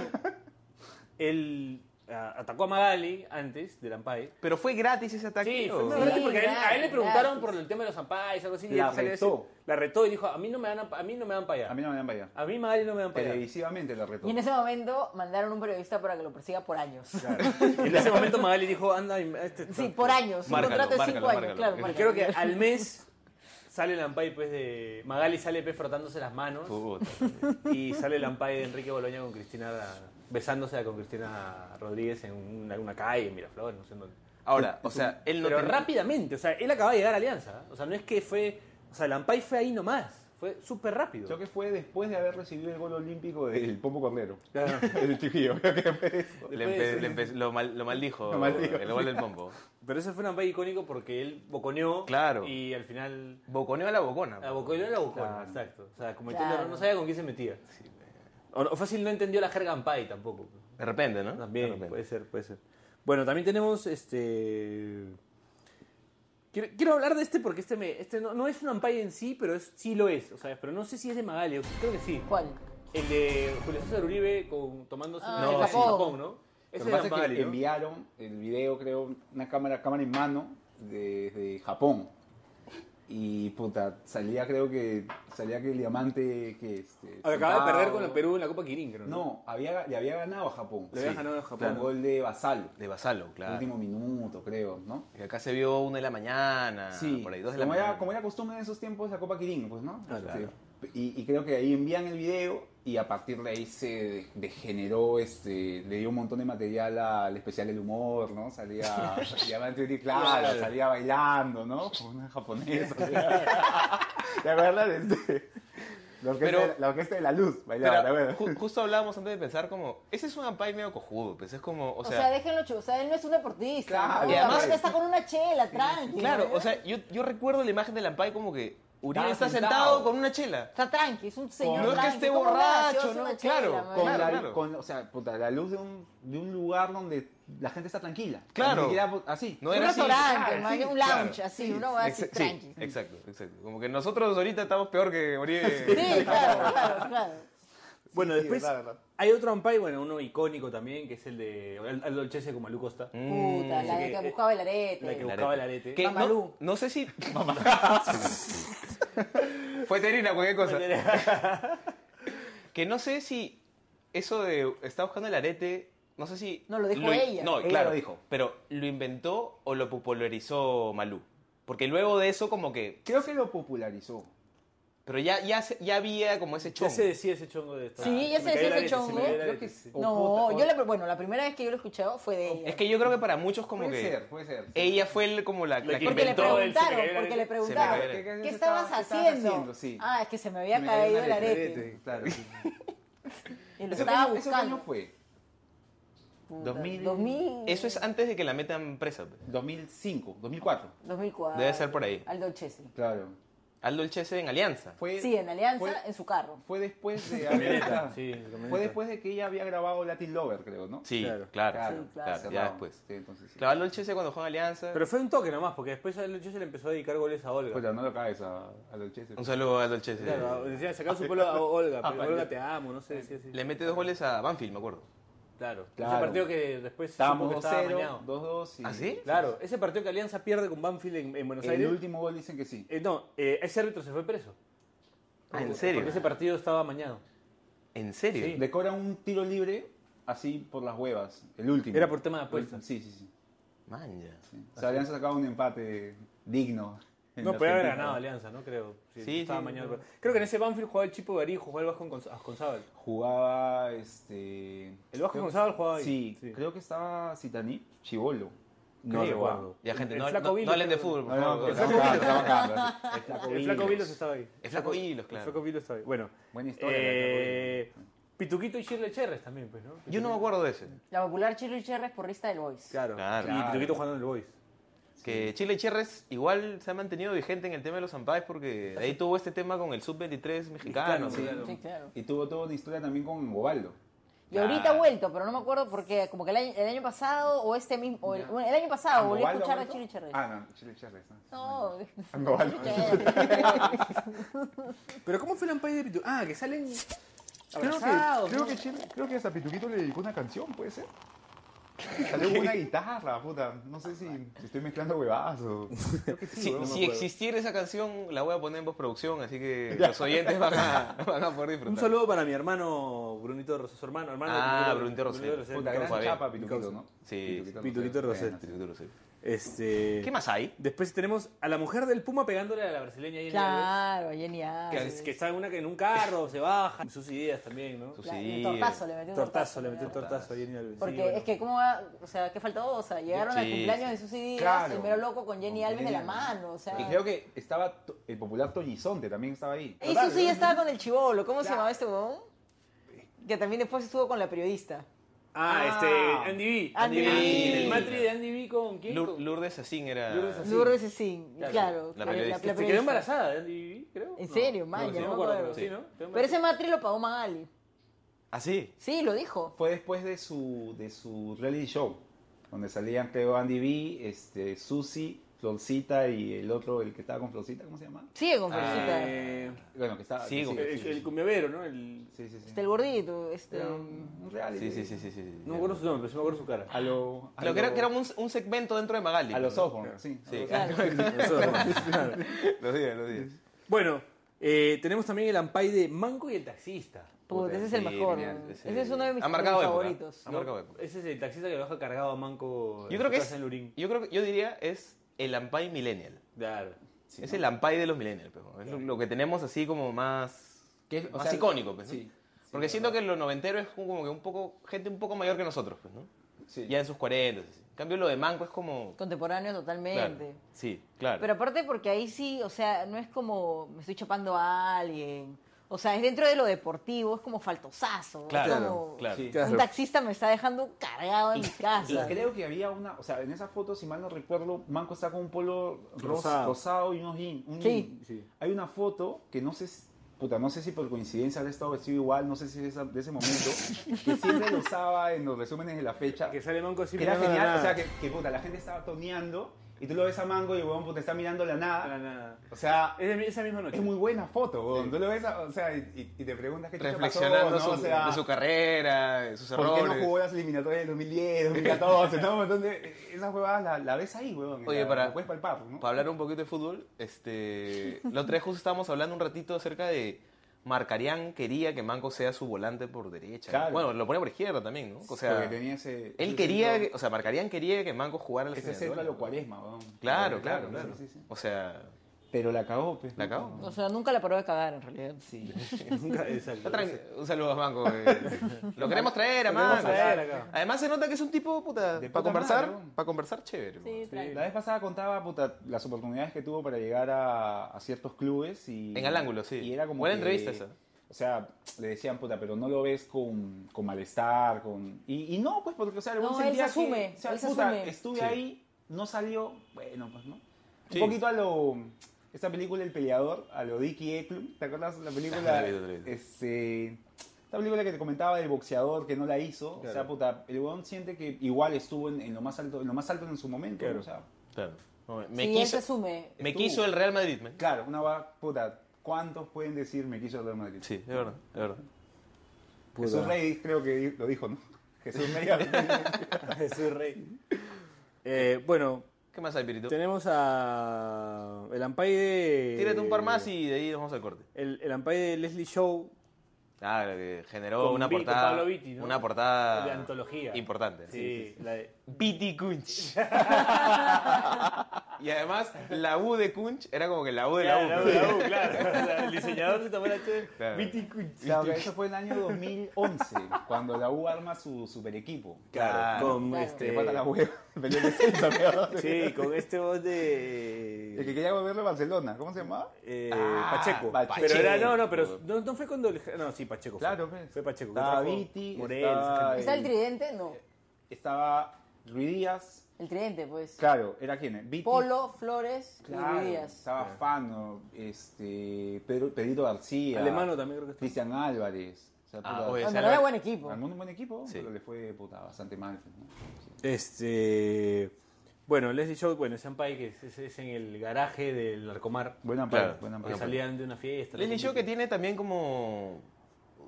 Speaker 2: él ah, atacó a Magali antes del Ampay.
Speaker 3: Pero fue gratis ese ataque. Oh,
Speaker 2: Sí, fue
Speaker 3: ¿o?
Speaker 2: una
Speaker 4: Sí,
Speaker 2: verdad, porque a él, a él le
Speaker 4: gratis,
Speaker 2: preguntaron
Speaker 4: gratis.
Speaker 2: por el tema de los Ampays, algo así. y
Speaker 5: La
Speaker 2: él salió a decir-
Speaker 5: retó.
Speaker 2: la retó y dijo, a mí no me dan, a mí no me dan para
Speaker 5: A mí no me dan para allá.
Speaker 2: A mí Magali Ah, no me dan para
Speaker 5: Televisivamente la retó.
Speaker 4: Y en ese momento mandaron un periodista para que lo persiga por años.
Speaker 2: [LAUGHS] En ese momento Magali dijo, anda, y- este-
Speaker 4: [LAUGHS] Sí, por años. Un
Speaker 3: Márcalo,
Speaker 4: contrato de cinco
Speaker 3: márcalo, márcalo.
Speaker 4: años, claro.
Speaker 3: Y
Speaker 2: Y
Speaker 4: márcalo.
Speaker 2: creo que al mes sale el Ampay pues de Magali sale pues frotándose las manos
Speaker 3: Puta.
Speaker 2: y sale el Ampay de Enrique Boloña con Cristina besándose con Cristina Rodríguez en una, una calle en Miraflores, no sé en dónde.
Speaker 3: Ahora, o sea, él no
Speaker 2: Pero
Speaker 3: tenía-
Speaker 2: rápidamente, o sea, él acaba de llegar a Alianza. O sea, no es que fue. O sea, el Ampay fue ahí nomás. Fue súper rápido.
Speaker 5: Creo que fue después de haber recibido el gol olímpico del Popo Cornero.
Speaker 2: Claro.
Speaker 5: [LAUGHS] El chiquillo, creo que fue eso.
Speaker 3: Le empe-
Speaker 2: Después,
Speaker 3: le empe- lo, mal- lo maldijo,
Speaker 5: Lo maldijo,
Speaker 3: el gol del pompo.
Speaker 2: Pero ese fue un ampay icónico porque él boconeó.
Speaker 3: Claro.
Speaker 2: Y al final.
Speaker 3: Boconeó a la bocona.
Speaker 2: La boconeó la bocona, exacto. O sea, cometió el
Speaker 4: Claro.
Speaker 2: error, no sabía con quién se metía. O, no- fácil no entendió la jerga ampay tampoco.
Speaker 3: De repente, ¿no? De
Speaker 2: También, pues.
Speaker 3: repente.
Speaker 2: puede ser, puede ser. Bueno, también tenemos este. Quiero, quiero hablar de este porque este, me, este no, no es un ampay en sí, pero es, sí lo es. O sea, pero no sé si es de Magali, creo que sí.
Speaker 4: ¿Cuál?
Speaker 2: El de Julio César Uribe con, tomándose
Speaker 4: Ah,
Speaker 2: una
Speaker 4: el
Speaker 2: chela en
Speaker 4: Japón.
Speaker 2: Japón, ¿no?
Speaker 5: Lo
Speaker 2: Ese
Speaker 5: que
Speaker 2: es
Speaker 5: pasa
Speaker 2: de
Speaker 5: es que
Speaker 2: Magali, ¿no?
Speaker 5: enviaron el video, creo, una cámara, cámara en mano desde Japón. Y puta, salía creo que salía que el diamante que este,
Speaker 2: Ah, Acaba de
Speaker 5: sentado-
Speaker 2: perder con el Perú en la Copa Quirín, creo.
Speaker 5: No, había, le había ganado a Japón.
Speaker 2: Le había ganado a Japón.
Speaker 5: Con gol de Basalo.
Speaker 3: De Basalo, claro.
Speaker 5: Último minuto, creo, ¿no?
Speaker 3: Que acá se vio una de la mañana, Ah, por ahí dos de la
Speaker 5: como,
Speaker 3: mañana.
Speaker 5: era, como era costumbre en esos tiempos, la Copa Quirín, pues, ¿no?
Speaker 2: Ah, claro.
Speaker 5: Sí. y, y creo que ahí envían el video y a partir de ahí se de- degeneró, este, le dio un montón de material al especial El Humor,
Speaker 3: [LAUGHS]
Speaker 5: ¿no? Salía Diamante y Clara, salía bailando, ¿no? Con una
Speaker 3: [LAUGHS]
Speaker 5: japonesa. o sea. [LAUGHS] ¿Te acuerdas? Este, la, orquesta,
Speaker 3: Pero-
Speaker 5: la orquesta de la luz bailaba, ¿te
Speaker 3: Pero
Speaker 5: acuerdas?
Speaker 3: ju- justo hablábamos antes de pensar como, ese es un ampay medio cojudo, pues es como, o
Speaker 4: O
Speaker 3: sea...
Speaker 4: sea, déjenlo chu- O sea, él no es un deportista.
Speaker 5: Claro,
Speaker 4: ¿no?
Speaker 3: y además-
Speaker 4: Aparte está con una chela, tranqui.
Speaker 3: claro,
Speaker 4: ¿no?
Speaker 3: o sea, yo, yo recuerdo la imagen del ampay como que Uribe está
Speaker 5: Estaba
Speaker 3: sentado.
Speaker 5: sentado
Speaker 3: con una chela.
Speaker 4: Está tranqui, es un señor
Speaker 3: No es que
Speaker 4: tranqui.
Speaker 3: esté
Speaker 4: toma una gaseosa,
Speaker 3: borracho,
Speaker 4: una
Speaker 3: ¿no? Claro,
Speaker 4: chela, man.
Speaker 5: con
Speaker 3: Claro,
Speaker 5: la,
Speaker 3: claro.
Speaker 5: con- o sea, puta, la luz de un, de un lugar donde la gente está tranquila.
Speaker 3: Claro.
Speaker 5: Ni siquiera, pues, así.
Speaker 3: No
Speaker 4: un
Speaker 3: era así. Ah,
Speaker 4: restaurante,
Speaker 5: claro,
Speaker 4: man,
Speaker 5: sí,
Speaker 4: un lounge,
Speaker 3: claro,
Speaker 4: así, una hueá así,
Speaker 3: Exa-
Speaker 4: tranqui.
Speaker 3: sí, exacto, exacto. Como que nosotros ahorita estamos peor que Uribe.
Speaker 4: Sí,
Speaker 5: [LAUGHS]
Speaker 4: claro, claro, claro.
Speaker 2: Bueno,
Speaker 5: Sí,
Speaker 2: después
Speaker 5: verdad, verdad.
Speaker 2: hay otro ampay, bueno, uno icónico también, que es el de Aldo Chese con Malú Costa.
Speaker 4: Puta, la
Speaker 2: que-
Speaker 4: que buscaba el arete.
Speaker 2: La que
Speaker 3: El
Speaker 2: buscaba el arete.
Speaker 3: Que no,
Speaker 4: Mamalú.
Speaker 3: no sé si... [LAUGHS] Fue Terina, cualquier cosa. Que no sé si eso de está buscando el arete, no sé si...
Speaker 4: No, lo dijo
Speaker 3: in-
Speaker 4: ella.
Speaker 3: No,
Speaker 5: Ella
Speaker 3: claro,
Speaker 5: lo dijo.
Speaker 3: Pero lo inventó o lo popularizó Malú. Porque luego de eso como que...
Speaker 5: Creo que lo popularizó.
Speaker 3: Pero ya, ya, se- ya había como ese
Speaker 2: Ya
Speaker 3: chongo.
Speaker 2: [LAUGHS] se decía ese chongo de esto.
Speaker 4: Sí, ya
Speaker 2: Se
Speaker 4: se
Speaker 2: me
Speaker 4: decía
Speaker 2: cayó el arete, se
Speaker 4: ese
Speaker 2: me
Speaker 4: chongo.
Speaker 2: cayó el
Speaker 4: Creo
Speaker 2: arete,
Speaker 5: que
Speaker 2: sí.
Speaker 5: o
Speaker 4: No,
Speaker 5: Oh, puta, o-
Speaker 4: yo la, bueno, la primera vez que yo lo escuché fue de ella.
Speaker 3: Es que yo creo que para muchos como
Speaker 5: puede
Speaker 3: que...
Speaker 5: ser, puede ser. sí.
Speaker 3: Ella fue el- como la,
Speaker 2: La
Speaker 3: la que
Speaker 2: que
Speaker 4: porque le
Speaker 3: inventó...
Speaker 2: el- se me
Speaker 4: preguntaron,
Speaker 2: cayó el
Speaker 4: porque le
Speaker 2: arete.
Speaker 4: preguntaron,
Speaker 3: Se me cayó el
Speaker 5: arete.
Speaker 4: ¿qué estabas
Speaker 5: ¿Qué estabas
Speaker 4: haciendo?
Speaker 5: haciendo? Sí.
Speaker 4: Ah, es que se me había
Speaker 5: Me
Speaker 4: caído el
Speaker 5: arete.
Speaker 4: arete.
Speaker 5: Claro. sí.
Speaker 4: Y lo
Speaker 5: ¿Eso, qué
Speaker 4: estaba
Speaker 5: año, eso qué año
Speaker 4: buscando.
Speaker 5: fue?
Speaker 4: Puta,
Speaker 5: 2000.
Speaker 4: 2000.
Speaker 3: Eso es antes de que la metan presa. pues.
Speaker 5: 2005, 2004.
Speaker 4: 2004.
Speaker 3: Debe ser por ahí.
Speaker 4: Aldo Chesi.
Speaker 5: Claro.
Speaker 3: Aldo el Chese en Alianza.
Speaker 5: Fue,
Speaker 4: Sí, en Alianza,
Speaker 5: Fue,
Speaker 4: en su carro.
Speaker 5: fue después de...
Speaker 2: Camioneta, sí,
Speaker 5: fue
Speaker 2: camioneta.
Speaker 5: después de que ella había grabado Latin Lover, creo, ¿no?
Speaker 3: Sí,
Speaker 2: Claro.
Speaker 3: claro,
Speaker 5: Claro,
Speaker 3: claro,
Speaker 4: claro.
Speaker 3: ya
Speaker 5: Cerrado.
Speaker 3: después.
Speaker 5: Sí, entonces sí.
Speaker 3: Claro, Aldo el Chese cuando juega en Alianza.
Speaker 2: Pero fue un toque nomás, porque después Aldo Chese le empezó a dedicar goles a Olga.
Speaker 5: Puta, no lo caes a, a los cheses.
Speaker 3: Un saludo a Aldo el Chese.
Speaker 2: Claro, decía, sacaba su polo [LAUGHS] a Olga, pero
Speaker 5: vale.
Speaker 2: Olga te amo, no sé, decía así.
Speaker 3: Le mete dos goles a Banfield, me acuerdo.
Speaker 2: Claro. Ese
Speaker 5: Claro.
Speaker 2: partido que después se supo
Speaker 5: Estábamos
Speaker 2: que estaba
Speaker 5: 2-0,
Speaker 2: amañado.
Speaker 5: 2-2 y...
Speaker 3: ¿Ah, sí?
Speaker 2: Claro, ese partido que Alianza pierde con Banfield en, en Buenos
Speaker 5: El
Speaker 2: Aires.
Speaker 5: último gol dicen que sí.
Speaker 2: Eh, no, eh, ese árbitro se fue preso.
Speaker 3: Ah, ¿en serio?
Speaker 2: Porque ese partido estaba amañado.
Speaker 3: ¿En serio?
Speaker 2: Sí.
Speaker 5: Le cobran un tiro libre así por las huevas, el último.
Speaker 2: Era por tema de apuestas.
Speaker 5: Sí, sí, sí.
Speaker 3: Man, ya.
Speaker 5: sí. O sea, habían sacado un empate digno. en
Speaker 2: No,
Speaker 5: la
Speaker 2: podía haber
Speaker 5: Argentina.
Speaker 2: ganado Alianza, ¿no? Creo. Sí,
Speaker 3: Sí,
Speaker 2: estaba
Speaker 3: sí,
Speaker 2: amañado.
Speaker 3: no.
Speaker 2: Creo que en ese Banfield jugaba el Chipo Garí, jugaba el Vasco Gonz- Gonzábal.
Speaker 5: Jugaba este.
Speaker 2: El Vasco
Speaker 5: creo-
Speaker 2: Gonzábal jugaba ahí.
Speaker 5: Sí,
Speaker 2: Sí.
Speaker 5: creo que estaba Citaní Chivolo.
Speaker 2: No
Speaker 5: Creo.
Speaker 2: recuerdo.
Speaker 3: Ya, gente,
Speaker 2: El
Speaker 3: no,
Speaker 2: flaco
Speaker 3: no-
Speaker 2: Vilo,
Speaker 3: no hablen de
Speaker 2: creo.
Speaker 3: fútbol, por
Speaker 5: No, no,
Speaker 3: favor.
Speaker 5: no, estamos acá, estamos
Speaker 2: [LAUGHS]
Speaker 5: acá, estamos acá.
Speaker 2: El Flaco Vilos estaba ahí.
Speaker 3: El flaco Hilos, claro.
Speaker 2: El Flaco Vilos estaba ahí. Bueno.
Speaker 5: Buena historia,
Speaker 2: eh, Pituquito y Shirley Cherres también, pues, ¿no?
Speaker 3: Yo no me acuerdo de ese.
Speaker 4: La popular Chilo y Cherra es porrista del Boys.
Speaker 2: Claro.
Speaker 3: Claro.
Speaker 2: Y Pituquito jugando en el Boys.
Speaker 3: Que Chile y Chierres igual se ha mantenido vigente en el tema de los ampais porque de ahí tuvo este tema con el sub-23 mexicano.
Speaker 2: Mexicano, sí.
Speaker 3: claro.
Speaker 4: Sí, claro.
Speaker 5: Y tuvo toda una historia también con Bobaldo.
Speaker 4: Y ahorita ha vuelto, pero no me acuerdo porque como que el año, el año pasado o este mismo, o el, el año pasado Ah, volví a
Speaker 5: ¿Bobaldo
Speaker 4: escuchar a
Speaker 5: Ah, vuelto?
Speaker 4: Chilo y Cherra.
Speaker 5: Ah, no, Chile Charles.
Speaker 4: No,
Speaker 2: [LAUGHS]
Speaker 5: Bobaldo.
Speaker 2: Pero ¿cómo fue el ampay de Pituquito? Ah, que salen
Speaker 5: Creo
Speaker 2: abrazados.
Speaker 5: que, creo,
Speaker 2: ¿no?
Speaker 5: que Chile- creo que hasta Pituquito le dedicó una canción, ¿puede ser? Salió con
Speaker 2: [LAUGHS]
Speaker 5: una guitarra, puta. No sé si, si estoy mezclando huevadas o... Creo que sí,
Speaker 3: Si,
Speaker 5: huevón, [LAUGHS] no
Speaker 3: si
Speaker 5: me acuerdo.
Speaker 3: existiera esa canción, la voy a poner en postproducción, así
Speaker 5: [LAUGHS]
Speaker 3: que los oyentes van a, van a poder disfrutar.
Speaker 2: Un saludo para mi hermano Brunito Rosero, su hermano, hermano de
Speaker 3: Ah,
Speaker 2: Ro-
Speaker 3: Brunito Rosero.
Speaker 5: Puta, gran
Speaker 3: Fabián.
Speaker 5: chapa Pituquito, ¿no?
Speaker 3: Sí,
Speaker 5: Pituquito,
Speaker 2: Pituquito
Speaker 5: no sé,
Speaker 2: Rosero.
Speaker 5: no sé.
Speaker 3: Duro, sí.
Speaker 2: Este,
Speaker 3: ¿Qué más hay?
Speaker 2: Después tenemos a la mujer del Puma pegándole a la brasileña. Jenny Alves.
Speaker 4: Claro, genial.
Speaker 2: Que, es- que está en una que en un carro, se baja. [LAUGHS] Sus ideas también, ¿no?
Speaker 3: Sus-
Speaker 4: Claro, y el
Speaker 3: Sí.
Speaker 4: tortazo, le metió un
Speaker 2: Tortazo, le
Speaker 4: ¿no?
Speaker 2: metió un tortazo a Jenny Alves. Sí,
Speaker 4: Porque
Speaker 2: bueno.
Speaker 4: es que, ¿cómo va? O sea, ¿qué faltó? O sea, llegaron al
Speaker 3: Sí.
Speaker 4: cumpleaños de Susy Díaz,
Speaker 5: Claro.
Speaker 4: el mero loco con Jenny
Speaker 5: Con
Speaker 4: Alves de
Speaker 5: Jenny
Speaker 4: la
Speaker 5: Alves.
Speaker 4: mano, o sea.
Speaker 5: Y creo que estaba to- el popular Toñizonte también estaba ahí.
Speaker 4: Y Susy Díaz estaba con el chivolo, ¿cómo se llamaba este huevón? Que también después estuvo con la periodista.
Speaker 2: Ah,
Speaker 5: Ah.
Speaker 2: este, Andy B.
Speaker 4: Andy
Speaker 2: B.
Speaker 3: B.
Speaker 2: En El matri de Andy B con quién?
Speaker 3: Lur-
Speaker 2: Con-
Speaker 3: Lourdes Asín era.
Speaker 2: Lourdes Asín. Sí.
Speaker 4: Lourdes Cecín,
Speaker 2: Claro.
Speaker 4: claro.
Speaker 3: La
Speaker 4: que
Speaker 3: periodista.
Speaker 2: Se quedó embarazada de Andy B, creo.
Speaker 4: ¿En
Speaker 2: No.
Speaker 4: serio?
Speaker 2: No,
Speaker 4: Maya,
Speaker 2: sí,
Speaker 4: no
Speaker 2: no
Speaker 4: me
Speaker 2: me acuerdo,
Speaker 4: acuerdo.
Speaker 2: pero sí, ¿no? Quedó
Speaker 4: Pero
Speaker 2: embarazada.
Speaker 4: ese matri lo pagó Magali.
Speaker 3: ¿Ah, sí?
Speaker 4: Sí, lo dijo.
Speaker 5: Fue después de su, de su reality show, donde salían, creo, Andy B, este, Susi, Florcita y el otro, el que estaba con Florcita, ¿cómo se llama?
Speaker 4: Sigue con Felicita.
Speaker 2: Eh,
Speaker 5: Bueno, que estaba...
Speaker 3: Sí,
Speaker 5: que
Speaker 3: con-
Speaker 5: sigue,
Speaker 2: el,
Speaker 5: sí,
Speaker 2: el
Speaker 5: sí.
Speaker 2: cumbiavero, ¿no? El-
Speaker 5: Sí, sí, sí.
Speaker 4: Este, el gordito, este...
Speaker 5: Era un un
Speaker 3: Sí,
Speaker 5: reality.
Speaker 3: sí, sí, sí, sí. sí.
Speaker 2: No me acuerdo su nombre, pero sí me acuerdo su cara. [LAUGHS]
Speaker 5: A lo... a
Speaker 3: Claro, que era,
Speaker 5: lo-
Speaker 3: que era un, un segmento dentro de Magali.
Speaker 5: A los ojos, sí. a
Speaker 3: Sí.
Speaker 5: los
Speaker 4: Claro.
Speaker 3: Los días, los días.
Speaker 2: Bueno, eh, tenemos también el ampay de Manco y el taxista.
Speaker 4: Puta, ese es el
Speaker 3: sí,
Speaker 4: mejor.
Speaker 3: genial,
Speaker 4: ¿no?
Speaker 3: ese-
Speaker 4: Ese es uno de mis
Speaker 3: Ha marcado
Speaker 4: mis
Speaker 3: época.
Speaker 4: favoritos.
Speaker 3: Ha
Speaker 2: ¿no?
Speaker 3: marcado época.
Speaker 2: Ese es el taxista que lo deja cargado a Manco.
Speaker 3: Yo creo que es.
Speaker 2: En Lurín.
Speaker 3: Yo creo que yo diría es el Ampay Millennial.
Speaker 2: Claro.
Speaker 3: es el Ampay de los Millennials, pues, ¿no? Es lo, lo que tenemos así como más.
Speaker 5: Que es- o
Speaker 3: más
Speaker 5: sea,
Speaker 3: icónico, pues. ¿no?
Speaker 5: sí,
Speaker 3: Porque siento que los noventeros es como que un poco. gente un poco mayor que nosotros, pues, ¿no?
Speaker 5: Sí.
Speaker 3: Ya en sus 40. así. En cambio, lo de Manco es como.
Speaker 4: Contemporáneo
Speaker 3: claro.
Speaker 4: totalmente.
Speaker 3: Sí, claro.
Speaker 4: Pero aparte porque ahí sí, o sea, no es como me estoy chapando a alguien. O sea, es dentro de lo deportivo, es como faltosazo. es
Speaker 3: Claro,
Speaker 4: como,
Speaker 3: claro.
Speaker 5: Sí.
Speaker 4: Un taxista me está dejando cargado en mi
Speaker 5: Y
Speaker 4: casa.
Speaker 5: creo que había una, o sea, en esa foto, si mal no recuerdo, Manco está con un polo ros-
Speaker 2: Rosado.
Speaker 5: rosado, y unos jeans. un
Speaker 4: Sí.
Speaker 5: jean.
Speaker 2: Sí.
Speaker 5: Hay una foto que no sé, si- puta, no sé si por coincidencia habrá estado vestido igual, no sé si es esa- de ese momento, que siempre lo usaba en los resúmenes de la fecha.
Speaker 2: Que
Speaker 5: Que
Speaker 2: sale Manco así
Speaker 5: era
Speaker 2: mirando la
Speaker 5: genial, o
Speaker 2: nada.
Speaker 5: sea, que, que, puta, la gente estaba toneando y tú lo ves a Manco y el huevón puta, está mirando la
Speaker 2: La
Speaker 5: nada.
Speaker 2: nada.
Speaker 5: O sea,
Speaker 2: Es de esa misma noche.
Speaker 5: es muy buena foto, huevón. Tú lo ves, a- o sea, y, y- y te preguntas qué chucha pasó,
Speaker 3: reflexionando
Speaker 5: ¿no?
Speaker 3: su,
Speaker 5: O sea,
Speaker 3: de su carrera, de sus
Speaker 5: ¿Por
Speaker 3: errores.
Speaker 5: qué no jugó las eliminatorias del 2010,
Speaker 3: [LAUGHS]
Speaker 5: 2014? ¿no? Entonces, esas huevadas la, la ves ahí, huevón.
Speaker 3: Oye,
Speaker 5: la-
Speaker 3: para-
Speaker 5: la puedes palpar, ¿no?
Speaker 3: Para hablar un poquito de fútbol, este, la otra vez justo estábamos hablando un ratito acerca de Marcarián quería que Manco sea su volante por derecha.
Speaker 5: Claro.
Speaker 3: Bueno, lo ponía por izquierda también, ¿no? O sea,
Speaker 5: Porque tenía ese...
Speaker 3: él
Speaker 5: ese
Speaker 3: quería,
Speaker 5: centro-
Speaker 3: que- o sea, Marcarián quería que Manco jugara la
Speaker 5: Ese centro a lo
Speaker 3: eliminatoria.
Speaker 5: cuaresma, huevón.
Speaker 3: Claro, claro, claro.
Speaker 5: sí, sí, sí.
Speaker 3: O sea,
Speaker 5: Pero la cagó, pues.
Speaker 3: La cagó.
Speaker 4: O sea, nunca la paró de cagar en realidad.
Speaker 5: Sí.
Speaker 2: [LAUGHS] Nunca- exacto.
Speaker 3: está
Speaker 2: [LAUGHS]
Speaker 3: tranqui- un saludo a Manco. eh. Lo queremos traer a
Speaker 2: queremos
Speaker 3: Manco.
Speaker 2: traer acá.
Speaker 3: Además se nota que es un tipo, puta,
Speaker 5: De
Speaker 3: para
Speaker 5: puta
Speaker 3: conversar,
Speaker 5: madre, ¿no?
Speaker 3: para conversar chévere.
Speaker 4: Sí,
Speaker 5: La vez pasada contaba, puta, las oportunidades que tuvo para llegar a, a ciertos clubes y...
Speaker 3: En el ángulo, sí.
Speaker 5: Y era como
Speaker 3: Buena
Speaker 5: que-
Speaker 3: entrevista esa.
Speaker 5: O sea, le decían, puta, pero no lo ves con, con malestar, con... Y, y no, pues, porque, o sea, el
Speaker 4: No, él
Speaker 5: buen sentía
Speaker 4: se asume,
Speaker 5: que, o sea,
Speaker 4: él se
Speaker 5: puta,
Speaker 4: asume.
Speaker 5: estuve
Speaker 3: Sí.
Speaker 5: ahí, no salió, bueno, pues, ¿no?
Speaker 3: Sí.
Speaker 5: Un poquito a lo... Esta película El Peleador, a lo Dickie Eklund, ¿te acuerdas? La película...
Speaker 3: La he visto, la he visto.
Speaker 5: este, esta película que te comentaba del boxeador que no la hizo, o sea, puta, el huevón siente que igual estuvo en, en lo más alto, en lo más alto en su momento,
Speaker 2: Claro.
Speaker 5: ¿no? o sea,
Speaker 3: Claro. No,
Speaker 4: Me
Speaker 3: Me,
Speaker 4: sí, él
Speaker 3: quiso,
Speaker 4: se
Speaker 3: Eh,
Speaker 4: asume.
Speaker 3: me
Speaker 5: Estuvo.
Speaker 3: quiso el Real Madrid, man.
Speaker 5: Claro, una va, puta, ¿cuántos pueden decir me quiso el Real Madrid?
Speaker 3: Sí, es verdad, es verdad.
Speaker 5: Jesús Rey creo que di- lo dijo, ¿no? Jesús Rey. Pero
Speaker 2: Jesús Rey. Eh, bueno,
Speaker 3: ¿Qué más hay, Pirito?
Speaker 2: tenemos a. El ampay de.
Speaker 3: Tírate un par más y de ahí nos vamos al corte.
Speaker 2: El, el ampay de Leslie Show.
Speaker 3: Claro, que generó
Speaker 2: Con
Speaker 3: una
Speaker 2: Vi- con
Speaker 3: portada.
Speaker 2: Pablo Vitti, ¿no?
Speaker 3: Una portada.
Speaker 2: De antología.
Speaker 3: Importante.
Speaker 2: Sí, la de-
Speaker 3: Viti Kunch. [LAUGHS] y además, la U de Kunch era como que la U de
Speaker 2: Claro,
Speaker 3: la U. [LAUGHS]
Speaker 2: la U, claro. O sea, el diseñador se tomó la che.
Speaker 3: Claro.
Speaker 2: Viti Kunch.
Speaker 5: eso fue en el año 2011, cuando la U arma su super equipo.
Speaker 3: Claro.
Speaker 2: Con
Speaker 4: Claro.
Speaker 5: Te
Speaker 2: este.
Speaker 5: falta la hueva. [LAUGHS] Peleó de Celta, peor.
Speaker 2: Sí, con este voz
Speaker 5: El que
Speaker 2: de.
Speaker 5: quería volverlo a Barcelona, ¿cómo se llamaba?
Speaker 2: eh,
Speaker 5: Ah,
Speaker 2: Pacheco.
Speaker 5: Pacheco.
Speaker 2: Pero era, no, no, pero no, no fue cuando. el- No, sí, Pacheco. fue.
Speaker 5: Claro, pues.
Speaker 2: Fue Pacheco. que
Speaker 5: Estaba
Speaker 2: trajo
Speaker 5: Viti,
Speaker 2: Morel,
Speaker 5: estaba-
Speaker 4: ¿Está el
Speaker 5: el-
Speaker 4: tridente? No.
Speaker 5: Estaba Ruiz Díaz.
Speaker 4: El tridente, pues.
Speaker 5: Claro, era quién? Viti.
Speaker 4: Polo, Flores y
Speaker 5: Claro,
Speaker 4: Luis Díaz.
Speaker 5: estaba Fano, este, Pedro, Pedrito García.
Speaker 2: Alemano también creo que está.
Speaker 5: Cristian Álvarez. O sea,
Speaker 3: Ah,
Speaker 5: puta,
Speaker 3: oye,
Speaker 4: Cuando
Speaker 3: esa
Speaker 4: no
Speaker 3: era-
Speaker 4: era buen equipo.
Speaker 5: Armó un buen equipo,
Speaker 3: Sí.
Speaker 5: pero le fue puta, bastante mal. ¿no? Sí.
Speaker 2: Este. Bueno, Leslie Show, bueno, ese ampay que es, es- es en el garaje del Narcomar.
Speaker 5: Buen amparo,
Speaker 3: Claro.
Speaker 5: buen amparo.
Speaker 2: Que salían de una fiesta.
Speaker 3: Leslie
Speaker 2: la
Speaker 3: Show que
Speaker 2: gente-
Speaker 3: tiene también como.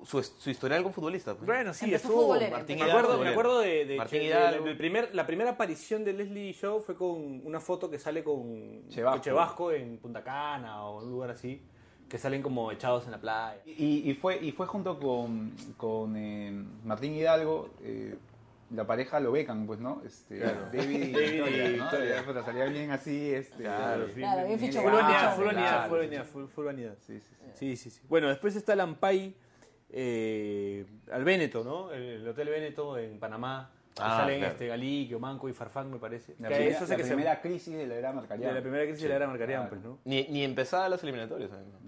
Speaker 3: Su, su historial con futbolista. pues.
Speaker 2: Bueno, sí,
Speaker 4: Empezó
Speaker 2: estuvo.
Speaker 4: futbolero,
Speaker 2: Martín
Speaker 3: empezó
Speaker 2: me acuerdo, me
Speaker 3: futbolero.
Speaker 2: acuerdo de, de-
Speaker 3: Martín
Speaker 2: de-
Speaker 3: Hidalgo.
Speaker 2: del primer, la primera aparición de Leslie Show fue con una foto que sale con
Speaker 5: Chevasco.
Speaker 2: con Chevasco en Punta Cana o un lugar así, que salen como echados en la playa.
Speaker 5: Y, y fue, y fue junto con, con eh, Martín Hidalgo, eh, la pareja lo becan, pues, ¿no? Este, David y
Speaker 2: David y
Speaker 5: Victoria, ¿no?
Speaker 2: Victoria.
Speaker 5: Eh, puta, salía bien así, este...
Speaker 2: Claro, sí.
Speaker 4: Claro, bien fichado.
Speaker 2: Full vanidad,
Speaker 5: Ah,
Speaker 2: full vanidad,
Speaker 5: claro,
Speaker 2: full
Speaker 5: sí,
Speaker 2: vanidad, full- full vanidad.
Speaker 5: Sí, sí, sí.
Speaker 2: Sí, sí, sí. Bueno, después está Lampay eh, al Véneto, ¿no? El, el Hotel Véneto en Panamá. que
Speaker 3: Ah,
Speaker 2: salen
Speaker 3: claro.
Speaker 2: este Galí, Manco y Farfán, me parece.
Speaker 5: La,
Speaker 2: Que
Speaker 5: primera,
Speaker 2: eso sé
Speaker 5: la
Speaker 2: que se-
Speaker 5: primera crisis de la era
Speaker 2: de
Speaker 5: Marcarián.
Speaker 2: la primera crisis de la era Marcarián,
Speaker 5: claro.
Speaker 2: pues, ¿no?
Speaker 3: Ni, ni empezada las eliminatorias. eh. además.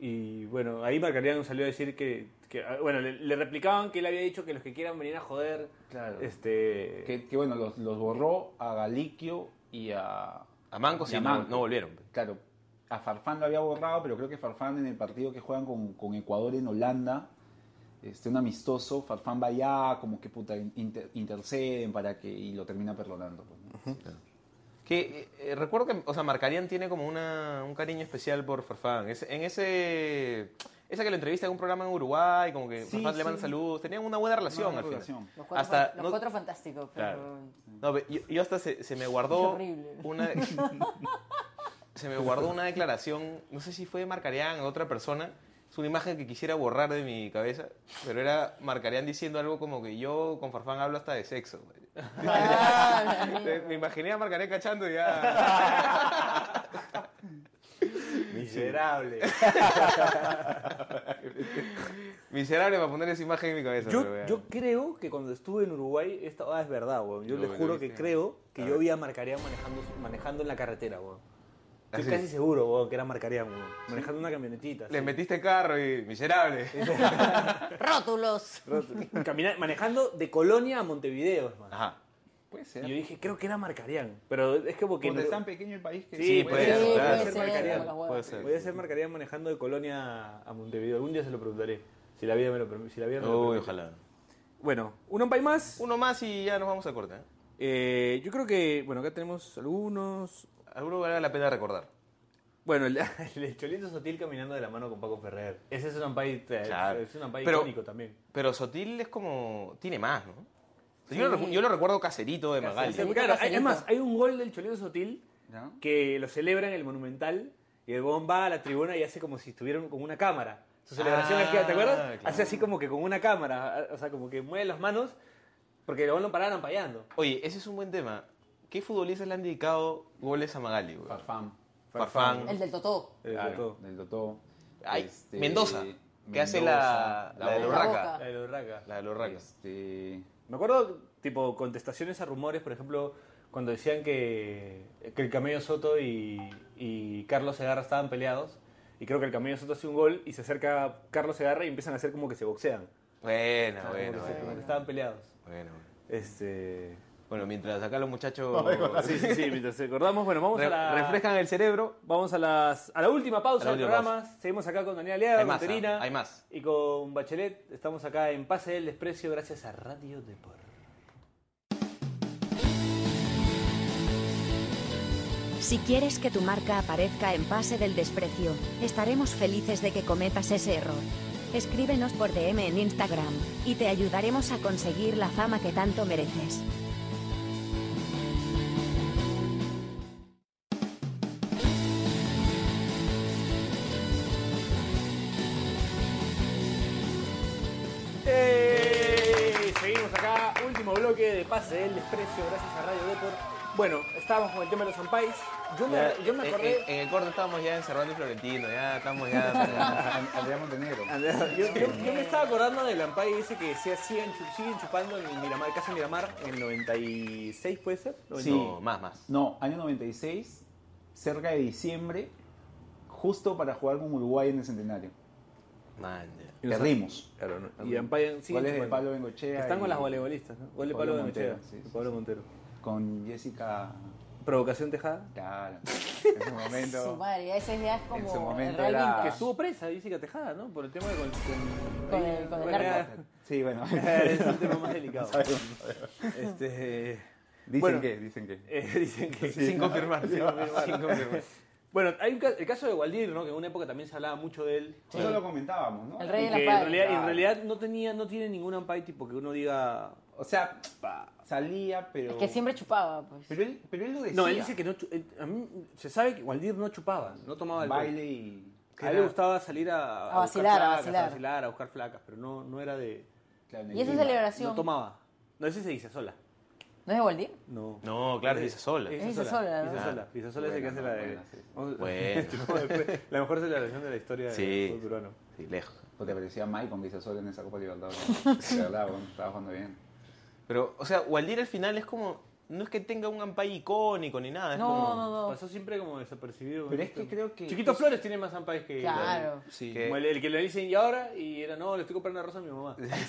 Speaker 2: Y bueno, ahí Marcarián salió a decir que, que, ah, bueno, le, le replicaban que él había dicho que los que quieran venir a joder,
Speaker 5: Claro.
Speaker 2: este...
Speaker 5: Que, que, bueno, los, los borró a Galiquio y a...
Speaker 3: A Manco
Speaker 5: y
Speaker 3: sí,
Speaker 5: a
Speaker 3: no,
Speaker 5: Manco.
Speaker 3: no volvieron. pues.
Speaker 5: Claro, a Farfán lo había borrado, pero creo que Farfán en el partido que juegan con, con Ecuador en Holanda, este, un amistoso, Farfán va allá, como que puta, inter- interceden para que... y lo termina perdonando. pues, ¿no?
Speaker 3: Que eh, eh, recuerdo que, o sea, Marcarian tiene como una, un cariño especial por Farfán. Es- en ese. Esa que lo entrevista en un programa en Uruguay, como que
Speaker 5: Sí,
Speaker 3: Farfán le
Speaker 5: sí.
Speaker 3: manda saludos. Tenían una buena relación
Speaker 5: Una
Speaker 3: al final.
Speaker 5: relación.
Speaker 4: Los cuatro,
Speaker 3: Hasta-
Speaker 4: fan- los
Speaker 3: no-
Speaker 4: cuatro fantásticos, pero
Speaker 3: Claro. No, ve, yo, yo hasta se, se me guardó
Speaker 4: horrible.
Speaker 3: una [LAUGHS] se me guardó una declaración, no sé si fue de Marcarián o de otra persona, es una imagen que quisiera borrar de mi cabeza, pero era Marcarián diciendo algo como que yo con Farfán hablo hasta de sexo.
Speaker 4: Ah, la
Speaker 3: Me
Speaker 4: mierda.
Speaker 3: imaginé a Marcarián cachando y ya.
Speaker 2: Miserable.
Speaker 3: Miserable para poner esa imagen en mi cabeza. pero
Speaker 2: Yo,
Speaker 3: ya.
Speaker 2: yo creo que cuando estuve en Uruguay, esta ah, es verdad, weón. Yo
Speaker 3: Lo-
Speaker 2: les
Speaker 3: lo
Speaker 2: juro que
Speaker 3: viste.
Speaker 2: creo que
Speaker 3: A
Speaker 2: yo
Speaker 3: ver.
Speaker 2: vi a Marcarián manejando, manejando en la carretera, weón. Estoy
Speaker 3: Así.
Speaker 2: casi seguro, weón, que era Marcarián, weón. Manejando una camionetita.
Speaker 3: Ah, Le
Speaker 2: así.
Speaker 3: metiste carro y miserable.
Speaker 4: [LAUGHS] Rótulos.
Speaker 2: [LAUGHS] Camina- manejando de Colonia a Montevideo, hermano.
Speaker 3: Ajá.
Speaker 5: Puede ser.
Speaker 2: Y yo dije, creo que era Marcarián. Pero es como que.
Speaker 5: Porque es
Speaker 2: no-
Speaker 5: tan pequeño el país que...
Speaker 2: Sí, puede ser,
Speaker 4: Sí,
Speaker 2: claro.
Speaker 4: puede ser,
Speaker 2: Marcarián,
Speaker 4: como las
Speaker 3: puede
Speaker 4: huevas.
Speaker 3: ser.
Speaker 2: Voy a ser Marcarián manejando de Colonia a Montevideo. Algún día se lo preguntaré. Si la vida me lo permite. Si la vida me lo
Speaker 3: Uy,
Speaker 2: permite.
Speaker 3: ojalá.
Speaker 2: Bueno, un ampay más.
Speaker 3: Uno más y ya nos vamos a corte. ¿eh?
Speaker 2: Eh, yo creo que. Bueno, acá tenemos algunos.
Speaker 3: Alguno vale la pena recordar.
Speaker 2: Bueno, el, [LAUGHS] el Cholito Sotil caminando de la mano con Paco Ferrer. Ese es un ampay, eh,
Speaker 3: Claro.
Speaker 2: es un ampay
Speaker 3: Pero-
Speaker 2: icónico también.
Speaker 3: Pero Sotil es como. tiene más, ¿no? O sea, Yo, lo, recu- yo lo recuerdo caserito de Magali.
Speaker 4: Caserito.
Speaker 2: Claro, hay-
Speaker 4: Caserito.
Speaker 2: es más, hay un gol del Cholito Sotil
Speaker 5: ¿Ya?
Speaker 2: que lo celebra en el Monumental y el Bon va a la tribuna y hace como si estuvieran con una cámara. Su celebración
Speaker 3: Ah,
Speaker 2: es que, ¿te acuerdas?
Speaker 3: claro.
Speaker 2: Hace así como que con una cámara, o sea, como que mueve las manos porque el Bon lo pararon payando.
Speaker 3: Oye, ese es un buen tema. ¿Qué futbolistas le han dedicado goles a Magali? güey?
Speaker 5: Farfán.
Speaker 3: Farfán.
Speaker 4: El del Totó.
Speaker 5: Claro,
Speaker 2: Sobre todo.
Speaker 5: del Totó.
Speaker 3: Ay,
Speaker 5: Este,
Speaker 3: Mendoza, que hace
Speaker 5: Mendoza,
Speaker 3: la, la de los
Speaker 5: Boca.
Speaker 4: Urraca.
Speaker 3: Raca.
Speaker 2: La de los Urraca.
Speaker 3: La de los Raca.
Speaker 5: Este, [LAUGHS]
Speaker 2: Me acuerdo, tipo, contestaciones a rumores, por ejemplo, cuando decían que, que el Camello Soto y, y Carlos Segarra estaban peleados. Y creo que el Camello Soto hace un gol y se acerca Carlos Segarra y empiezan a hacer como que se boxean.
Speaker 3: Bueno,
Speaker 2: Como que
Speaker 3: Ah, bueno,
Speaker 2: se- como
Speaker 3: bueno,
Speaker 2: que Estaban peleados.
Speaker 3: bueno, bueno.
Speaker 2: Este...
Speaker 3: Bueno, mientras acá
Speaker 2: [LAUGHS]
Speaker 3: los muchachos
Speaker 2: Ah, Sí, sí, sí, mientras recordamos, bueno, vamos
Speaker 3: re-
Speaker 2: a la...
Speaker 3: refrescan el cerebro,
Speaker 2: Vamos a, las, a la última pausa
Speaker 3: A la
Speaker 2: del
Speaker 3: última
Speaker 2: programa. Seguimos acá con Daniel Aliaga,
Speaker 3: hay
Speaker 2: con
Speaker 3: más. ¿ah?
Speaker 2: Terina
Speaker 3: Hay más.
Speaker 2: y con Bachelet. Estamos acá en Pase del Desprecio gracias a Radio Depor.
Speaker 1: Si quieres que tu marca aparezca en pase del desprecio, estaremos felices de que cometas ese error. Escríbenos por DM en Instagram, y te ayudaremos a conseguir la fama que tanto mereces.
Speaker 2: ¡Ey! Seguimos acá, último bloque de Pase del Desprecio gracias a Radio Depor. Bueno, estábamos con el tema de los Ampais. Yo me,
Speaker 3: Ya,
Speaker 2: yo me
Speaker 5: eh,
Speaker 3: en-
Speaker 2: acordé...
Speaker 3: En, en el corte estábamos ya en Cervantes y Florentino, ya estamos
Speaker 2: [LAUGHS]
Speaker 3: ya.
Speaker 5: Andrea Montenegro.
Speaker 2: [LAUGHS] Yo, yo- yo me estaba acordando del Ampay ese que decía siguen, chu- siguen chupando en Miramar, Casa Miramar, en el 96 puede ser.
Speaker 5: Sí.
Speaker 3: No, más, más.
Speaker 5: No, año 96, cerca de diciembre, justo para jugar con Uruguay en el centenario.
Speaker 3: Man, ya.
Speaker 5: Perdimos.
Speaker 2: Claro, no. Y Ampay siguen
Speaker 5: Goles de
Speaker 2: chupando.
Speaker 5: Pablo Bengochea.
Speaker 2: Están con
Speaker 5: y-
Speaker 2: las voleibolistas, ¿no? Gol de
Speaker 5: Pablo
Speaker 2: Pablo
Speaker 5: Montero,
Speaker 2: Montero.
Speaker 5: sí, sí,
Speaker 2: Pablo
Speaker 5: sí.
Speaker 2: Montero.
Speaker 5: Con Jessica.
Speaker 2: Provocación Tejada. [LAUGHS]
Speaker 5: Claro. En su
Speaker 4: Su
Speaker 5: momento.
Speaker 4: madre, ese ya es como
Speaker 5: En su momento
Speaker 4: el Real
Speaker 5: era-
Speaker 2: Que
Speaker 4: Vintage.
Speaker 2: estuvo presa, Jessica Tejada, ¿no? Por el tema de con, con-
Speaker 4: Con el- con el
Speaker 2: Bueno,
Speaker 4: arco.
Speaker 2: ya-
Speaker 5: Sí, bueno.
Speaker 2: es un tema más delicado.
Speaker 5: Sabemos.
Speaker 2: Este,
Speaker 5: [LAUGHS] Dicen
Speaker 2: Bueno.
Speaker 5: que, dicen que.
Speaker 2: eh, [LAUGHS] dicen que.
Speaker 3: Sin confirmar, sin confirmar. sin confirmar.
Speaker 2: Bueno, hay un ca- el caso de Waldir, ¿no? Que en una época también se hablaba mucho de él.
Speaker 5: Eso lo comentábamos, ¿no?
Speaker 4: El
Speaker 2: Y
Speaker 4: rey de la
Speaker 2: que en
Speaker 4: paz.
Speaker 2: realidad, en
Speaker 5: Claro.
Speaker 2: realidad no tenía, no tiene ningún ampay tipo que uno diga.
Speaker 5: O sea, pa, salía, pero.
Speaker 4: Es que siempre chupaba, pues.
Speaker 5: Pero él, pero él lo decía.
Speaker 2: No, él dice que no. chu- él- a mí se sabe que Waldir no chupaba, no tomaba alcohol.
Speaker 5: Baile y.
Speaker 2: A él le gustaba salir a,
Speaker 4: A vacilar, a
Speaker 2: buscar flacas,
Speaker 4: vacilar.
Speaker 2: a vacilar, a buscar flacas, pero no, no era de.
Speaker 5: Claro, en el
Speaker 4: Y esa
Speaker 5: clima.
Speaker 4: celebración.
Speaker 2: No tomaba. No, ese se dice sola.
Speaker 4: ¿No es de Gualdía?
Speaker 2: No.
Speaker 3: No, claro,
Speaker 2: Ese-
Speaker 3: dice sola.
Speaker 2: ese
Speaker 4: Es
Speaker 2: sola,
Speaker 4: Izasola, ¿no?
Speaker 2: Izasola. Izasola es el que hace la de.
Speaker 5: Bueno,
Speaker 2: [LAUGHS]
Speaker 3: Bueno.
Speaker 2: la mejor celebración de la historia
Speaker 3: Sí.
Speaker 2: del fútbol peruano.
Speaker 3: Sí, lejos.
Speaker 5: Porque "Pues parecía Mike con Vizasol en esa Copa Libertadores.
Speaker 2: [LAUGHS]
Speaker 5: De verdad, bueno, estaba jugando bien.
Speaker 3: Pero, o sea, Waldir al final es como. No es que tenga un Ampai icónico ni nada. Es
Speaker 4: No,
Speaker 3: como,
Speaker 4: no, no.
Speaker 2: Pasó siempre como desapercibido.
Speaker 5: Pero es que creo que-
Speaker 2: Chiquito Flores tiene más ampais que.
Speaker 4: Claro.
Speaker 3: Sí.
Speaker 2: Como el, el que le dicen, ¿y ahora? Y era, no, le estoy comprando una rosa a mi mamá. A las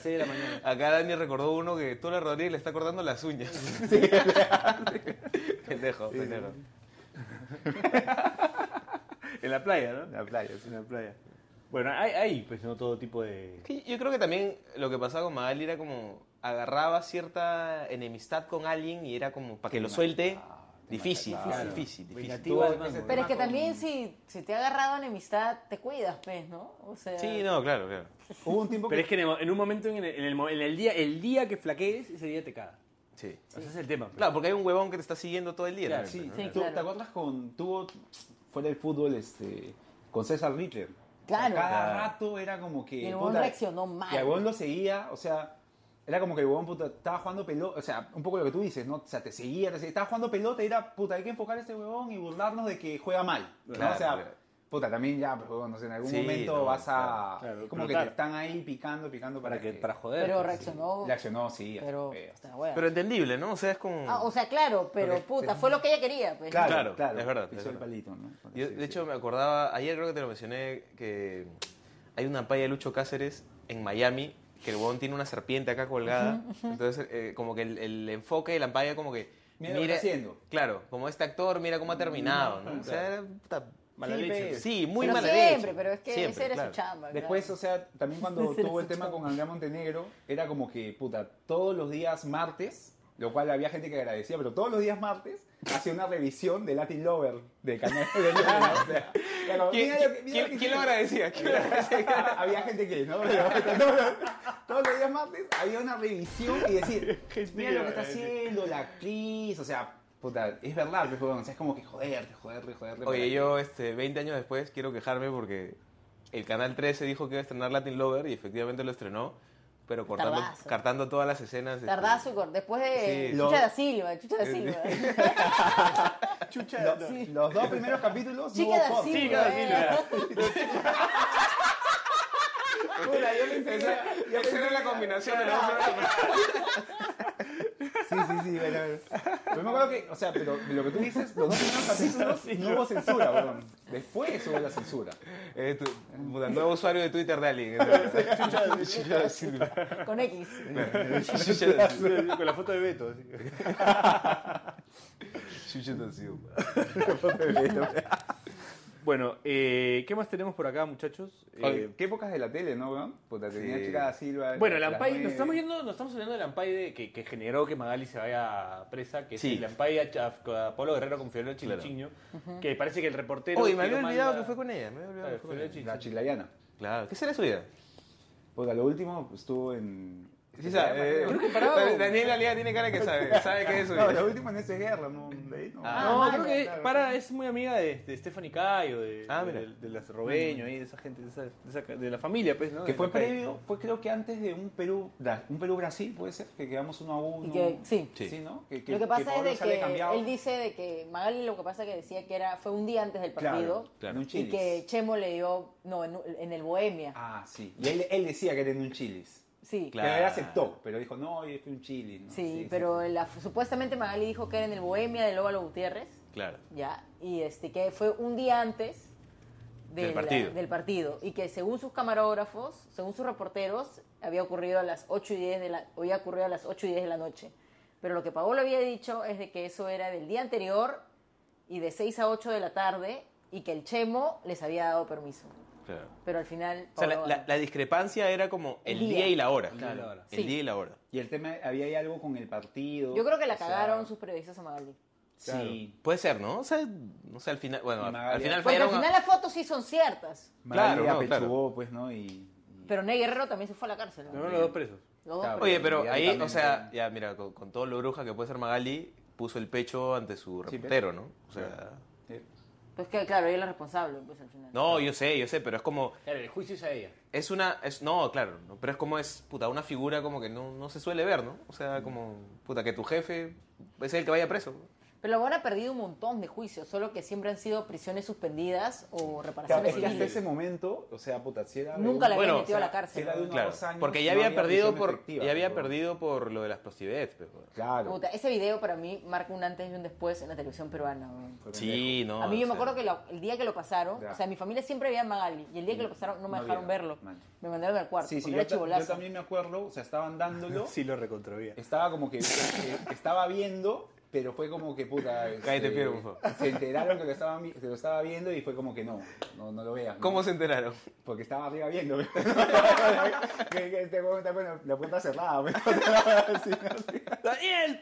Speaker 2: 6 de la
Speaker 3: [LAUGHS]
Speaker 2: mañana.
Speaker 3: Acá Dani recordó uno que Tola Rodríguez le está cortando las uñas. [LAUGHS] pendejo, pendejo.
Speaker 2: En la playa, ¿no?
Speaker 5: La playa, sí.
Speaker 2: En la playa. Bueno, hay, hay pues, ¿no? Todo tipo de...
Speaker 3: Que Yo creo que también lo que pasaba con Magali era como agarraba cierta enemistad con alguien y era como para que lo suelte. Difícil,
Speaker 5: machacaba.
Speaker 3: difícil, difícil.
Speaker 2: Ah, Vengativo,
Speaker 3: Tú-
Speaker 2: además,
Speaker 4: Pero es que
Speaker 2: con-
Speaker 4: también si, si te ha agarrado enemistad, te cuidas, pues, ¿no? O sea,
Speaker 3: Sí, no, claro, claro.
Speaker 5: Hubo un tiempo
Speaker 2: Pero
Speaker 5: que.
Speaker 2: es que en, el mo- en un momento, en el, en el mo- en el día el día que flaquees, ese día te caga.
Speaker 3: Sí.
Speaker 2: O sea, Ese es el tema. pues.
Speaker 3: Claro, porque hay un huevón que te está siguiendo todo el día.
Speaker 2: Claro,
Speaker 3: también,
Speaker 2: sí,
Speaker 3: ¿no?
Speaker 4: sí,
Speaker 5: ¿Tú- ¿Te
Speaker 4: claro.
Speaker 5: acuerdas con. Tuvo fuera del fútbol este, con César Ritter?
Speaker 4: Claro.
Speaker 5: Cada
Speaker 4: Claro.
Speaker 5: rato era como que.
Speaker 4: Y el huevón
Speaker 5: puta,
Speaker 4: reaccionó mal.
Speaker 5: Y el huevón lo seguía, o sea. Era como que el huevón puta, estaba jugando pelota, o sea, un poco lo que tú dices, ¿no? O sea, te seguía, te seguía, estaba jugando pelota y era, puta, hay que enfocar a este huevón y burlarnos de que juega mal. ¿no?
Speaker 3: Claro,
Speaker 5: o sea,
Speaker 3: claro.
Speaker 5: puta, también ya, pues, huevón, no sé, en algún
Speaker 3: Sí,
Speaker 5: momento
Speaker 3: no,
Speaker 5: vas a...
Speaker 2: claro, claro,
Speaker 5: es
Speaker 2: pero
Speaker 5: como que
Speaker 2: claro.
Speaker 5: te están ahí picando, picando para,
Speaker 2: Para, que, para joder.
Speaker 4: Pero
Speaker 2: pues,
Speaker 4: reaccionó.
Speaker 5: Le accionó, sí.
Speaker 4: Pero,
Speaker 5: feo.
Speaker 4: hasta la hueva.
Speaker 3: Pero entendible, ¿no? O sea, es como.
Speaker 4: Ah, o sea, claro, pero
Speaker 5: Porque-
Speaker 4: puta, fue lo que ella quería, pues.
Speaker 5: Claro,
Speaker 3: Claro,
Speaker 5: claro,
Speaker 3: es verdad,
Speaker 5: Pisó
Speaker 3: es
Speaker 5: el
Speaker 3: verdad.
Speaker 5: palito, ¿no?
Speaker 3: Yo,
Speaker 5: Sí,
Speaker 3: de
Speaker 5: sí.
Speaker 3: hecho, me acordaba, ayer creo que te lo mencioné, que hay una paya de Lucho Cáceres en Miami, que el huevón tiene una serpiente acá colgada. Entonces, eh, como que el, el enfoque de la ampalla como que...
Speaker 5: Mira lo que está haciendo. Mm,
Speaker 3: Claro, como este actor, mira cómo ha terminado, ¿no? O sea, era puta-
Speaker 5: Mala
Speaker 3: sí,
Speaker 5: leche.
Speaker 3: pe- Sí, muy
Speaker 4: pero
Speaker 3: mala leche.
Speaker 4: siempre, pero es que
Speaker 3: Siempre,
Speaker 4: ese era
Speaker 3: claro.
Speaker 4: su chamba.
Speaker 5: Después,
Speaker 4: claro.
Speaker 5: o sea, [LAUGHS] también cuando tuvo el tema con Andrea Montenegro, era como que, puta, todos los días martes, lo cual había gente que agradecía, pero todos los días martes hacía una revisión de Latin Lover, del canal de Lover, ¿no? O sea, era como,
Speaker 3: ¿Quién,
Speaker 5: mira lo que- mira
Speaker 3: quién- quién
Speaker 5: lo que
Speaker 3: lo
Speaker 5: hiciste.
Speaker 3: agradecía? ¿Quién lo agradecía?
Speaker 5: [LAUGHS] había gente que no, pero- no, no. todos los días martes había una revisión
Speaker 3: [LAUGHS]
Speaker 5: y decir, mira lo que está haciendo la actriz, o sea, puta, es verdad, pues, huevón, o sea, es como que joderte, joderte, joderte. para
Speaker 3: Oye,
Speaker 5: que-
Speaker 3: yo este, 20 años después quiero quejarme porque el Canal 13 dijo que iba a estrenar Latin Lover y efectivamente lo estrenó, pero cortando,
Speaker 4: Tardazo.
Speaker 3: cortando todas las escenas. este,
Speaker 4: Tardazo y cor- después de
Speaker 3: Sí.
Speaker 4: Chucha
Speaker 5: Lo-
Speaker 4: da Silva, Chucha da Silva.
Speaker 5: Lo- Los dos primeros capítulos no
Speaker 4: Chica
Speaker 5: hubo
Speaker 4: da
Speaker 5: fondo.
Speaker 4: Silva.
Speaker 5: Puta, yo pensé- yo pensé-
Speaker 3: Esa era la combinación de los
Speaker 5: Sí, sí, sí, bueno, bueno. Pero me acuerdo que, o sea, pero lo que tú dices, los dos primeros capítulos no hubo censura, weón. Después hubo la censura.
Speaker 3: Eh, tu- puta, nuevo usuario de Twitter de [LAUGHS] alguien. Chucha de Silva.
Speaker 4: [LAUGHS] Con X.
Speaker 3: Chucha
Speaker 2: [LAUGHS]
Speaker 3: de Silva.
Speaker 2: Con la foto de Beto. así.
Speaker 3: Chucha de Silva.
Speaker 2: Bueno, eh, ¿qué más tenemos por acá, muchachos? Eh,
Speaker 5: Oye, Qué épocas de la tele, ¿no, weón? Puta, tenía
Speaker 3: Sí.
Speaker 5: chica da Silva.
Speaker 2: bueno, el
Speaker 5: las
Speaker 2: Ampay,
Speaker 5: nueve-
Speaker 2: nos estamos yendo, nos estamos hablando del Ampay de, que, que generó que Magali se vaya presa, que
Speaker 3: Sí.
Speaker 2: es el Ampay a, a- a Pablo Guerrero con Fiorello
Speaker 3: Claro.
Speaker 2: Chilichiño, que parece que el reportero...
Speaker 3: Oye, me había
Speaker 2: que lo
Speaker 3: olvidado
Speaker 2: manda-
Speaker 3: que fue con ella. Me había olvidado
Speaker 2: Claro,
Speaker 3: que fue con ella.
Speaker 5: La chilayana.
Speaker 3: Claro. ¿Qué será su vida?
Speaker 5: Puta, lo último estuvo en.
Speaker 3: Sí, sabe. eh,
Speaker 2: Creo
Speaker 3: [LAUGHS]
Speaker 2: que parado.
Speaker 3: Dan- Daniel Alía tiene cara que sabe. Sabe [LAUGHS] qué es su
Speaker 5: No, lo
Speaker 3: vida.
Speaker 5: último en ese guerra, no. De ahí no.
Speaker 3: Ah.
Speaker 2: No,
Speaker 4: Ah,
Speaker 2: creo
Speaker 4: vale,
Speaker 2: que
Speaker 5: claro,
Speaker 2: para, es muy amiga de, de Stephanie Cayo, de,
Speaker 3: Ah,
Speaker 2: de,
Speaker 3: mira.
Speaker 2: de- de las Robeño, ahí, de esa gente, de, esa, de, esa- de la familia, pues, ¿no?
Speaker 5: Que
Speaker 2: De
Speaker 5: fue
Speaker 2: la calle.
Speaker 5: previo, fue creo que antes de un Perú, Bra- un Perú Brasil, puede ser, que quedamos uno a uno.
Speaker 4: Y que- sí.
Speaker 5: Sí, ¿no?
Speaker 4: lo que pasa
Speaker 5: Pablo
Speaker 4: es de
Speaker 5: sale
Speaker 4: que
Speaker 5: cambiado.
Speaker 4: él dice de que Magali lo que pasa es que decía que era fue un día antes del partido
Speaker 5: claro, claro. en un
Speaker 4: y
Speaker 5: chilis.
Speaker 4: que Chemo le dio no en, en el Bohemia.
Speaker 5: Ah, sí. Y él, él decía que era en un chilis.
Speaker 4: sí.
Speaker 3: Claro.
Speaker 5: Que él aceptó, pero dijo, no, yo fui un chilis. ¿no?
Speaker 4: Sí, pero la- supuestamente Magali dijo que era en el Bohemia del Óvalo Gutiérrez,
Speaker 3: Claro.
Speaker 4: ya, y este que fue un día antes de
Speaker 3: Del
Speaker 4: la-
Speaker 3: partido.
Speaker 4: del partido, y que según sus camarógrafos, según sus reporteros, había ocurrido a las 8 y 10 de la había ocurrido a las 8 y 10 de la noche. Pero lo que Paolo había dicho es de que eso era del día anterior y de 6 a 8 de la tarde y que el Chemo les había dado permiso.
Speaker 3: claro.
Speaker 4: Pero al final
Speaker 3: O sea, la,
Speaker 4: Paolo-
Speaker 3: la- la discrepancia era como el
Speaker 4: Día.
Speaker 3: día, y la hora.
Speaker 2: Claro, la hora.
Speaker 3: El
Speaker 4: Sí.
Speaker 3: día y la hora.
Speaker 5: Y el tema, había ahí algo con el partido.
Speaker 4: Yo creo que
Speaker 5: o
Speaker 4: la
Speaker 5: sea,
Speaker 4: cagaron sus periodistas a Magali.
Speaker 5: Sí.
Speaker 3: Puede ser, ¿no? O sea, no sé, al final. Bueno, al-
Speaker 5: Y
Speaker 3: al
Speaker 5: Magallanes.
Speaker 3: final
Speaker 4: Porque al
Speaker 3: fallaron. a-
Speaker 4: final las fotos sí son ciertas.
Speaker 5: Claro,
Speaker 3: Claro, no,
Speaker 5: apechugó, pues, ¿no? Y,
Speaker 3: Mm.
Speaker 4: Pero Ney Guerrero también se fue a la cárcel. ¿no?
Speaker 2: No, no, los dos presos.
Speaker 4: Los dos
Speaker 5: Claro.
Speaker 4: presos.
Speaker 3: Oye, pero
Speaker 5: Y
Speaker 3: ahí,
Speaker 5: también
Speaker 3: o sea,
Speaker 5: con-
Speaker 3: ya, mira, con, con todo lo bruja que puede ser Magali, puso el pecho ante su
Speaker 5: Sí, pe- eh,
Speaker 3: reportero, ¿no? O sea,
Speaker 5: Claro.
Speaker 4: Pues que, claro, ella es la responsable, pues al final.
Speaker 3: No, yo sé, yo sé, pero es como.
Speaker 8: Claro, el juicio es a ella.
Speaker 3: Es una. Es, no, claro, no, pero es como es, puta, una figura como que no, no se suele ver, ¿no? O
Speaker 5: Mm.
Speaker 3: sea, como, puta, que tu jefe es el que vaya preso.
Speaker 4: Pero la buena ha perdido un montón de juicios, solo que siempre han sido prisiones suspendidas o
Speaker 5: Claro,
Speaker 4: reparaciones
Speaker 5: es que hasta
Speaker 4: civiles.
Speaker 5: ese momento, o sea, puta, si era de
Speaker 4: Nunca la habían
Speaker 5: un-
Speaker 3: Bueno, o sea,
Speaker 4: metido a la cárcel.
Speaker 5: si era de
Speaker 4: ¿no?
Speaker 5: una-
Speaker 3: Claro,
Speaker 5: dos años
Speaker 3: porque ya
Speaker 5: no
Speaker 3: había
Speaker 5: había
Speaker 3: perdido
Speaker 5: prisión
Speaker 3: por.
Speaker 5: efectiva,
Speaker 3: ya había
Speaker 5: pero-
Speaker 3: perdido por lo de las prostitutas, pero-
Speaker 5: Claro.
Speaker 4: Puta, ese video para mí marca un antes y un después en la televisión peruana. weón.
Speaker 3: Sí, no.
Speaker 4: a mí
Speaker 3: o
Speaker 4: yo me
Speaker 3: sea,
Speaker 4: acuerdo que lo- el día que lo pasaron,
Speaker 5: Ya. Mm.
Speaker 4: o sea, mi familia siempre veía Magali y el día que lo pasaron no me
Speaker 5: No
Speaker 4: dejaron
Speaker 5: vieron,
Speaker 4: verlo.
Speaker 5: man.
Speaker 4: Me mandaron al cuarto
Speaker 5: Sí, sí,
Speaker 4: porque
Speaker 5: yo,
Speaker 4: era
Speaker 5: ta- yo
Speaker 4: chivolazo.
Speaker 5: también me acuerdo, o sea,
Speaker 3: [LAUGHS]
Speaker 5: estaban dándolo,
Speaker 2: Sí, lo recontrovía.
Speaker 5: estaba como que, que estaba viendo, pero fue como que puta. este,
Speaker 3: Cállate, Piero, por favor.
Speaker 5: Se enteraron que lo, estaban, vi- que lo estaba viendo y fue como que no, no, no lo veas. ¿no?
Speaker 3: ¿Cómo se
Speaker 5: [LAUGHS]
Speaker 3: enteraron?
Speaker 5: Porque estaba
Speaker 3: [LAUGHS]
Speaker 5: arriba viendo. [LAUGHS] que, que este huevón está con la- la puerta
Speaker 3: [LAUGHS]
Speaker 5: cerrada. pues. Así, [LAUGHS] así.
Speaker 2: [LAUGHS] ¡Daniel!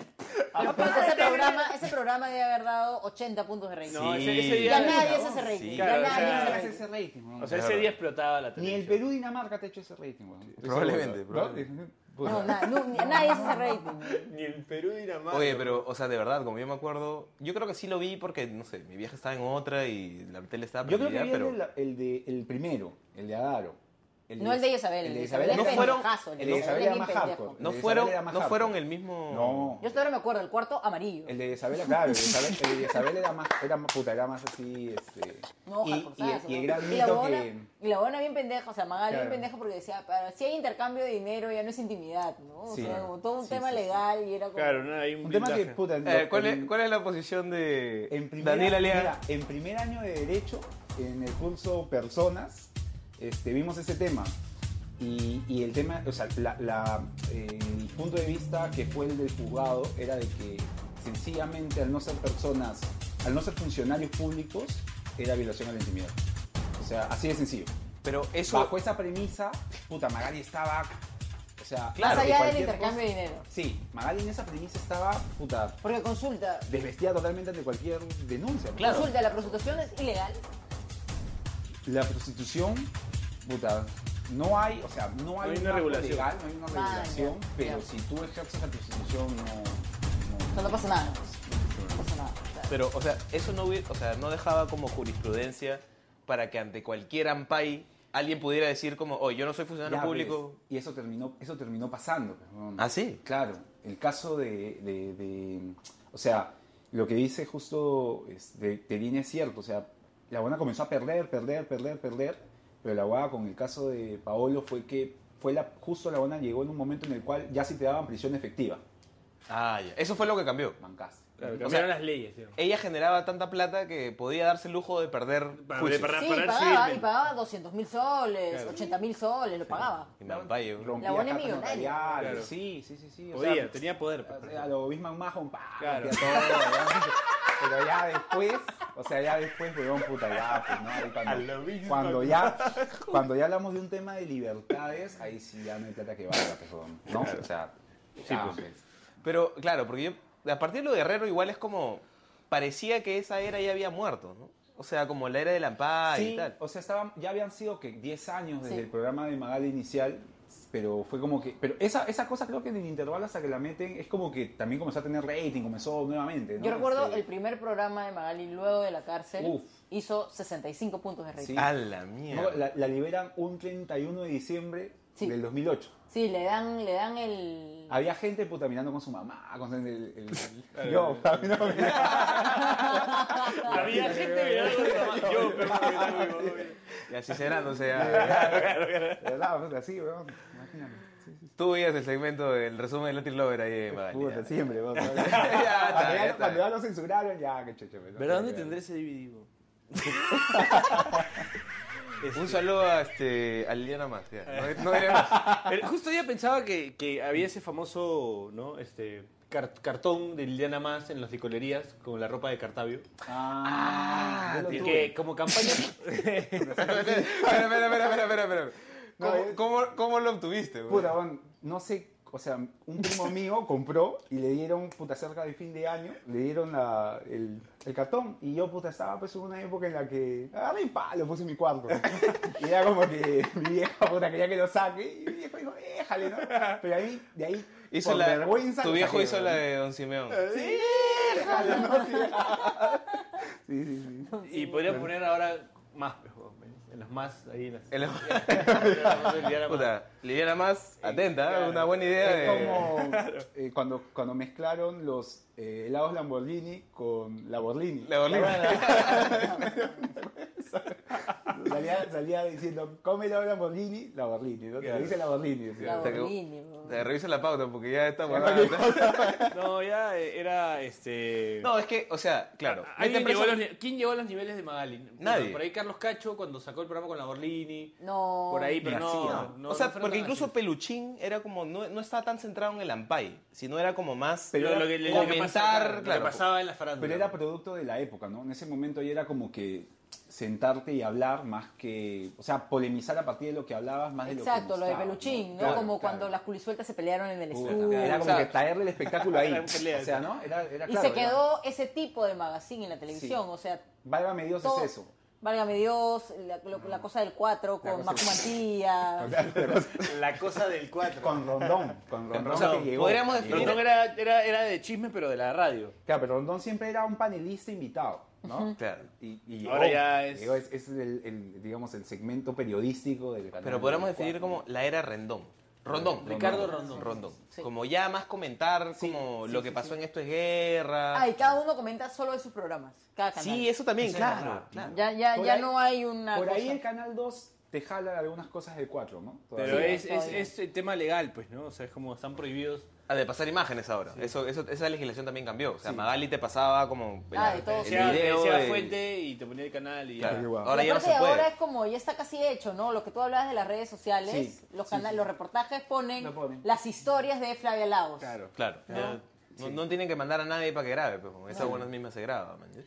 Speaker 5: Ah,
Speaker 4: ese, programa, ese programa debe haber dado 80 puntos de rating.
Speaker 2: No,
Speaker 3: Sí.
Speaker 2: ese, ese
Speaker 4: Ya
Speaker 2: día.
Speaker 4: nadie se hace rating.
Speaker 3: Sí.
Speaker 4: Ya
Speaker 2: Claro, o
Speaker 4: nadie
Speaker 2: sea,
Speaker 4: se hace
Speaker 5: Hace
Speaker 4: rating.
Speaker 5: ese rating, weón.
Speaker 8: O sea, ese día explotaba la
Speaker 5: Ni el
Speaker 8: televisión.
Speaker 5: Perú Dinamarca te ha hecho ese rating, weón.
Speaker 3: Probablemente,
Speaker 5: ¿No?
Speaker 3: probablemente.
Speaker 5: Puta.
Speaker 4: No, na- no, ni- nadie se hace rating.
Speaker 2: Ni el Perú ni la madre.
Speaker 3: Oye, pero, o sea, de verdad, como yo me acuerdo, yo creo que sí lo vi porque, no sé, mi vieja estaba en otra y la tele estaba
Speaker 5: Yo creo que
Speaker 3: prendida,
Speaker 5: vi
Speaker 3: pero...
Speaker 5: el, de, la- el de- el primero, el de Adaro.
Speaker 4: No el de Isabel.
Speaker 5: El de
Speaker 4: el
Speaker 5: Isabel.
Speaker 4: era
Speaker 5: No
Speaker 4: un
Speaker 3: fueron-
Speaker 4: pendejazo, el
Speaker 5: el de Isabel era
Speaker 4: era
Speaker 5: más
Speaker 4: bien pendejo.
Speaker 5: hardcore.
Speaker 3: No
Speaker 5: El de
Speaker 3: fueron,
Speaker 5: Isabel era más
Speaker 3: no fueron
Speaker 5: hardcore.
Speaker 3: el mismo...
Speaker 5: No.
Speaker 4: Yo hasta ahora me acuerdo, el cuarto amarillo.
Speaker 5: El de Isabel, claro, el de Isabel, el de Isabel era más, era más, puta, era más así, este...
Speaker 4: No,
Speaker 5: y, y-
Speaker 4: hardcorezazo,
Speaker 5: y el
Speaker 4: ¿no?
Speaker 5: gran
Speaker 4: la
Speaker 5: mito
Speaker 4: huevona-
Speaker 5: que...
Speaker 4: Y la buena bien pendeja, o sea, Magali bien
Speaker 5: Claro.
Speaker 4: pendeja porque decía, "Para- si hay intercambio de dinero ya no es intimidad, ¿no? O
Speaker 5: Sí.
Speaker 4: sea, como todo un
Speaker 5: Sí,
Speaker 4: tema
Speaker 5: sí, sí.
Speaker 4: legal y era como...
Speaker 8: Claro, no, hay un,
Speaker 5: Un tema que,
Speaker 8: blindaje.
Speaker 5: puta, en,
Speaker 3: Eh, ¿cuál, es,
Speaker 5: en,
Speaker 3: cuál es la posición de
Speaker 5: en primer,
Speaker 3: Daniel Aliaga?
Speaker 5: mira, en primer año de Derecho, en el curso Personas, este, vimos ese tema. Y, y el tema, o sea, la- la- el punto de vista que fue el del juzgado era de que sencillamente al no ser personas, al no ser funcionarios públicos, era violación a la intimidad. O sea, así de sencillo.
Speaker 3: Pero eso...
Speaker 5: Bajo esa premisa, puta, Magali estaba. O sea,
Speaker 3: Claro,
Speaker 4: Más
Speaker 5: de
Speaker 4: allá del
Speaker 5: cualquier
Speaker 4: intercambio de
Speaker 5: cosa-
Speaker 4: dinero.
Speaker 5: Sí, Magali en esa premisa estaba, puta,
Speaker 4: Porque consulta,
Speaker 5: desvestida totalmente de cualquier denuncia. ¿no?
Speaker 4: consulta, la prostitución es ilegal.
Speaker 5: La prostitución, puta, no hay, o sea, no
Speaker 8: No hay
Speaker 5: hay,
Speaker 8: una
Speaker 5: marco
Speaker 8: regulación.
Speaker 5: legal, no hay una
Speaker 4: Ah,
Speaker 5: regulación,
Speaker 4: ya,
Speaker 5: pero
Speaker 4: ya.
Speaker 5: si tú ejerces la prostitución, no.
Speaker 4: O sea, no pasa nada. pues, No pasa nada. o sea.
Speaker 3: Pero, o sea, eso no, hubi- o sea, no dejaba como jurisprudencia para que ante cualquier ampay alguien pudiera decir como, oye, yo no soy funcionario
Speaker 5: Ya,
Speaker 3: público.
Speaker 5: pues, y eso terminó, eso terminó pasando. pues, weón.
Speaker 3: ¿Ah, sí?
Speaker 5: Claro. El caso de, de- de- o sea, lo que dice justo es, de Terín es cierto. O sea, la buena comenzó a perder, perder, perder, perder. Pero la buena con el caso de Paolo fue que fue la, justo la buena llegó en un momento en el cual ya sí te daban prisión efectiva.
Speaker 3: Ah, ya. Eso fue lo que cambió.
Speaker 5: Bancaste.
Speaker 8: Claro,
Speaker 3: O
Speaker 8: cambiaron
Speaker 3: sea,
Speaker 8: las leyes, digamos.
Speaker 3: Ella generaba tanta plata que podía darse el lujo de perder
Speaker 8: Para-
Speaker 3: juicios.
Speaker 8: para-
Speaker 4: Sí,
Speaker 8: parar
Speaker 4: pagaba,
Speaker 8: sirven.
Speaker 4: y pagaba 200 mil soles, 80 mil soles, lo pagaba.
Speaker 3: Y me ampay, ¿eh?
Speaker 5: Rompía
Speaker 4: La buena es
Speaker 5: cartas
Speaker 4: millonaria.
Speaker 5: notariales.
Speaker 8: Claro.
Speaker 5: Sí, sí, sí, sí. o
Speaker 8: Podía,
Speaker 5: sea,
Speaker 8: tenía poder.
Speaker 5: O sea, lo Bismarck Mahon, pa,
Speaker 8: Claro.
Speaker 5: rompía todo, weón. Pero ya después, o sea, ya después, weón, puta, ya, pues, ¿no? Ahí cuando,
Speaker 8: [LAUGHS]
Speaker 5: cuando ya, cuando ya hablamos de un tema de libertades, ahí sí ya no hay plata que valga, pues, weón, ¿no? O sea, ya, pues.
Speaker 3: Pero, claro, porque yo, a partir de lo de Guerrero igual es como, parecía que esa era ya había muerto, ¿no? O sea, como la era del
Speaker 8: Ah,
Speaker 3: ampay
Speaker 5: Sí,
Speaker 3: y tal.
Speaker 5: o sea, estaban, ya habían sido que 10 años desde
Speaker 4: Sí.
Speaker 5: el programa de Magali inicial, pero fue como que, pero esa, esa cosa creo que en el intervalo hasta que la meten, es como que también comenzó a tener rating, comenzó nuevamente, ¿no?
Speaker 4: Yo recuerdo
Speaker 5: Este,
Speaker 4: el primer programa de Magali luego de la cárcel,
Speaker 5: Uf.
Speaker 4: hizo 65 puntos de rating.
Speaker 5: Sí.
Speaker 3: A la
Speaker 5: No,
Speaker 3: mierda.
Speaker 5: la, la liberan un 31 de diciembre
Speaker 4: Sí.
Speaker 5: del 2008.
Speaker 4: Sí, le dan, le dan el...
Speaker 5: Había gente puta mirando con su mamá, con el, el-
Speaker 2: [LAUGHS]
Speaker 5: el- yo, a mí no [LAUGHS] me-
Speaker 8: Había gente mirando yo, pero no, no, no.
Speaker 3: Y así será, o sea,
Speaker 5: de verdad, puta, así, weón, imagínate. Sí, sí, sí.
Speaker 3: [LAUGHS] tú veías el segmento del resumen de Latin Lover ahí de Magali.
Speaker 5: Puta,
Speaker 3: ya.
Speaker 5: siempre,
Speaker 3: [LAUGHS]
Speaker 5: weón.
Speaker 3: ya
Speaker 5: Cuando ya-
Speaker 3: está.
Speaker 5: Cuando ya lo censuraron, ya, qué chocho. weón.
Speaker 2: ¿Verdad? ¿Dónde tendré ese DVD? bo?
Speaker 3: Un saludo a, este, a Liliana Más. ya. No, no era más.
Speaker 8: Pero Justo yo pensaba que, que había ese famoso ¿no? este, car- cartón de Liliana Más en las licolerías con la ropa de Cartavio.
Speaker 5: Ah, yo lo
Speaker 8: Y
Speaker 5: tuve.
Speaker 8: que como
Speaker 5: [LAUGHS]
Speaker 8: campaña.
Speaker 3: espera, espera, espera, espera, espera, espera.
Speaker 5: No,
Speaker 3: ¿Cómo,
Speaker 5: es-
Speaker 3: cómo- cómo lo obtuviste? güey?
Speaker 5: Puta, weón, no sé, o sea, un primo mío compró y le dieron, puta, cerca de fin de año, le dieron la- el, el cartón. Y yo, puta, estaba pues en una época en la que agarré y pa, lo puse en mi cuarto. [LAUGHS] Y era como que mi vieja, puta, quería que lo saque. Y mi viejo dijo, déjale, ¿no? Pero ahí, de ahí,
Speaker 3: hizo
Speaker 5: por
Speaker 3: la,
Speaker 5: vergüenza. Eh.
Speaker 3: tu
Speaker 5: lo
Speaker 3: viejo
Speaker 5: saqué,
Speaker 3: hizo
Speaker 5: weón.
Speaker 3: la de Don Simeón.
Speaker 5: Sí, déjalo, ¿no? Sí. Sí, sí,
Speaker 3: [LAUGHS]
Speaker 5: sí.
Speaker 2: Y podrían poner ahora más, pues, weón, en las más, ahí
Speaker 3: [LAUGHS]
Speaker 2: en las...
Speaker 3: En la-
Speaker 2: Liliana más.
Speaker 3: Puta, Liliana más atenta,
Speaker 2: claro.
Speaker 3: una buena idea de...
Speaker 5: Es como eh, cuando, cuando mezclaron los eh, helados Lamborghini con la Borlini.
Speaker 3: La Borlini.
Speaker 5: salía, salía diciendo, come helado Lamborghini, la Borlini. ¿no? Te lo
Speaker 3: Claro.
Speaker 5: dice la Borlini. o sea.
Speaker 4: La
Speaker 3: Hasta que-
Speaker 4: Borlini, weón.
Speaker 3: [LAUGHS] Te revisa la pauta porque ya está [LAUGHS]
Speaker 2: No, ya eh, era este... Ah,
Speaker 3: No, es que, o sea, claro.
Speaker 2: ¿Alguien
Speaker 3: mete
Speaker 2: llegó a
Speaker 3: preso-
Speaker 2: los ni- ¿Quién llegó a los niveles de Magali? Puta,
Speaker 3: Nadie.
Speaker 2: Por ahí Carlos Cacho cuando sacó el programa con la Borlini.
Speaker 4: No.
Speaker 2: Por ahí, pero no, no,
Speaker 3: o sea,
Speaker 2: no fueron
Speaker 3: porque
Speaker 2: tan
Speaker 3: incluso
Speaker 2: así.
Speaker 3: Peluchín era como, no, no estaba tan centrado en el Ampay, sino era como más
Speaker 2: Pero lo que, lo que pasa-
Speaker 3: comentar,
Speaker 2: lo que
Speaker 3: claro.
Speaker 2: pasaba en la farándula.
Speaker 5: Pero era producto de la época, ¿no? En ese momento ya era como que sentarte y hablar más que, o sea, polemizar a partir de lo que hablabas más de lo que
Speaker 4: Exacto, lo de
Speaker 5: mostrabas,
Speaker 4: Peluchín, ¿no?
Speaker 5: Claro,
Speaker 4: como
Speaker 5: claro.
Speaker 4: cuando las culisueltas se pelearon en el
Speaker 5: Puta,
Speaker 4: estudio.
Speaker 5: Era como
Speaker 3: Exacto.
Speaker 5: que traerle el espectáculo
Speaker 2: [LAUGHS]
Speaker 5: ahí.
Speaker 2: Era una pelea,
Speaker 5: o sea, ¿no? Era, era
Speaker 4: Y
Speaker 5: claro,
Speaker 4: se
Speaker 5: era-
Speaker 4: quedó ese tipo de magazine en la televisión,
Speaker 5: Sí.
Speaker 4: o sea,
Speaker 5: Válgame Dios,
Speaker 4: todo-
Speaker 5: es eso.
Speaker 4: Válgame Dios, la, lo- la cosa del 4
Speaker 5: La
Speaker 4: con
Speaker 5: cosa
Speaker 4: Marco
Speaker 5: del- [LAUGHS]
Speaker 4: Matías.
Speaker 2: La cosa del 4.
Speaker 5: Con Rondón. Con Rondón
Speaker 2: O sea,
Speaker 5: que llegó.
Speaker 2: podríamos
Speaker 5: Llegó.
Speaker 2: definir. Era, era, era de chisme, pero de la radio.
Speaker 5: Claro, pero Rondón siempre era un panelista invitado, ¿no?
Speaker 3: Claro.
Speaker 5: Y, y
Speaker 2: Ahora ya es-
Speaker 5: llegó, es, es el, el, digamos, el segmento periodístico del canal.
Speaker 3: Pero podríamos
Speaker 5: del
Speaker 3: definir
Speaker 5: cuatro.
Speaker 3: como la era Rendón. Rondón,
Speaker 5: Rondón.
Speaker 3: Ricardo
Speaker 2: Rondón.
Speaker 3: Rondón. Rondón.
Speaker 4: Sí.
Speaker 3: Como ya más comentar como lo que pasó en esto es guerra.
Speaker 4: Ah, y cada uno comenta solo de sus programas. Cada canal.
Speaker 3: sí, eso también, claro. claro.
Speaker 4: Ya, ya,
Speaker 5: Por
Speaker 4: ya
Speaker 5: ahí-
Speaker 4: no hay una.
Speaker 5: Por ahí
Speaker 4: cosa-
Speaker 5: el Canal 2 te jala algunas cosas del 4, ¿no?
Speaker 2: Pero
Speaker 5: Todavía.
Speaker 2: es, es,
Speaker 4: todavía.
Speaker 2: es el tema legal, pues, ¿no? O sea, es como están prohibidos.
Speaker 3: Ah, de pasar imágenes ahora. Eso, eso, esa legislación también cambió. O sea, Magali te pasaba como el,
Speaker 4: Ah, de todo.
Speaker 3: el
Speaker 2: Decía,
Speaker 3: video
Speaker 2: decía
Speaker 3: de-
Speaker 2: fuente y te ponía el canal y
Speaker 3: Claro.
Speaker 5: Qué
Speaker 2: ya.
Speaker 5: guapo.
Speaker 3: Ahora
Speaker 4: Y
Speaker 3: ya no
Speaker 4: aparte
Speaker 3: se puede.
Speaker 4: ahora es como, ya está casi hecho, ¿no? Lo que tú hablabas de las redes sociales,
Speaker 5: Sí,
Speaker 4: los,
Speaker 5: sí,
Speaker 4: cana-
Speaker 5: sí.
Speaker 4: los reportajes ponen,
Speaker 5: Lo ponen.
Speaker 4: las historias de Flavia Lagos.
Speaker 5: Claro.
Speaker 3: Claro. ya No, no tienen que mandar a nadie para que grabe, pues, con esa buena misma se graba. man, ¿sí?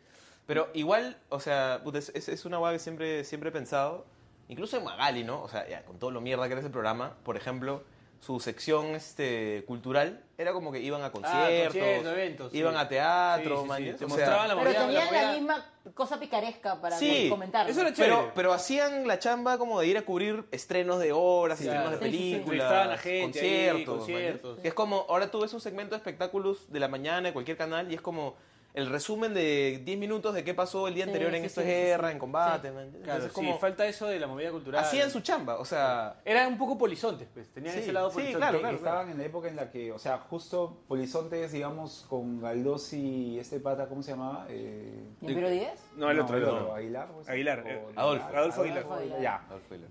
Speaker 3: Pero igual, o sea, puta, es, es- es una guay que siempre, siempre he pensado, incluso en Magali, ¿no? O sea, ya, con todo lo mierda que era ese programa, por ejemplo, su sección este, cultural era como que iban a conciertos,
Speaker 2: Ah, conciertos, eventos, sí.
Speaker 3: iban a teatro,
Speaker 2: Sí, sí,
Speaker 3: man,
Speaker 2: sí.
Speaker 3: ¿sí?
Speaker 2: Te
Speaker 3: O sea,
Speaker 2: mostraban la
Speaker 4: Pero
Speaker 2: movida,
Speaker 4: tenían
Speaker 2: movida.
Speaker 4: la misma cosa picaresca para
Speaker 3: Sí,
Speaker 4: comentar.
Speaker 2: eso era ch- chévere.
Speaker 3: pero, pero hacían la chamba como de ir a cubrir estrenos de obras, estrenos de
Speaker 4: Sí, sí, sí.
Speaker 3: películas,
Speaker 2: Entrevistaban a gente ahí,
Speaker 3: conciertos. ¿me
Speaker 2: conciertos.
Speaker 3: entiendes? Que es como, ahora tú ves un segmento de espectáculos de la mañana de cualquier canal y es como el resumen de 10 minutos de qué pasó el día
Speaker 4: Sí,
Speaker 3: anterior en
Speaker 4: sí,
Speaker 3: esto
Speaker 4: sí,
Speaker 3: es
Speaker 4: sí,
Speaker 3: guerra,
Speaker 4: sí.
Speaker 3: en combate. ¿me entiendes?
Speaker 2: Claro,
Speaker 3: Entonces,
Speaker 2: sí,
Speaker 3: como,
Speaker 2: falta eso de la movida cultural.
Speaker 3: hacían su chamba, o sea...
Speaker 2: Era un poco polizontes, pues. Tenían
Speaker 3: Sí,
Speaker 2: ese lado
Speaker 3: sí,
Speaker 2: polizonte.
Speaker 3: claro,
Speaker 5: Que
Speaker 3: claro.
Speaker 5: estaban en la época en la que, o sea, justo Polizonte es, digamos, con Galdós y este pata, ¿cómo se llamaba? Eh,
Speaker 4: ¿Y en Vero 10?
Speaker 2: No, el otro, el otro.
Speaker 5: Aguilar. ¿cómo se llama?
Speaker 2: Aguilar,
Speaker 5: O-
Speaker 2: eh,
Speaker 3: Adolfo.
Speaker 2: Adolfo Aguilar.
Speaker 5: Ya.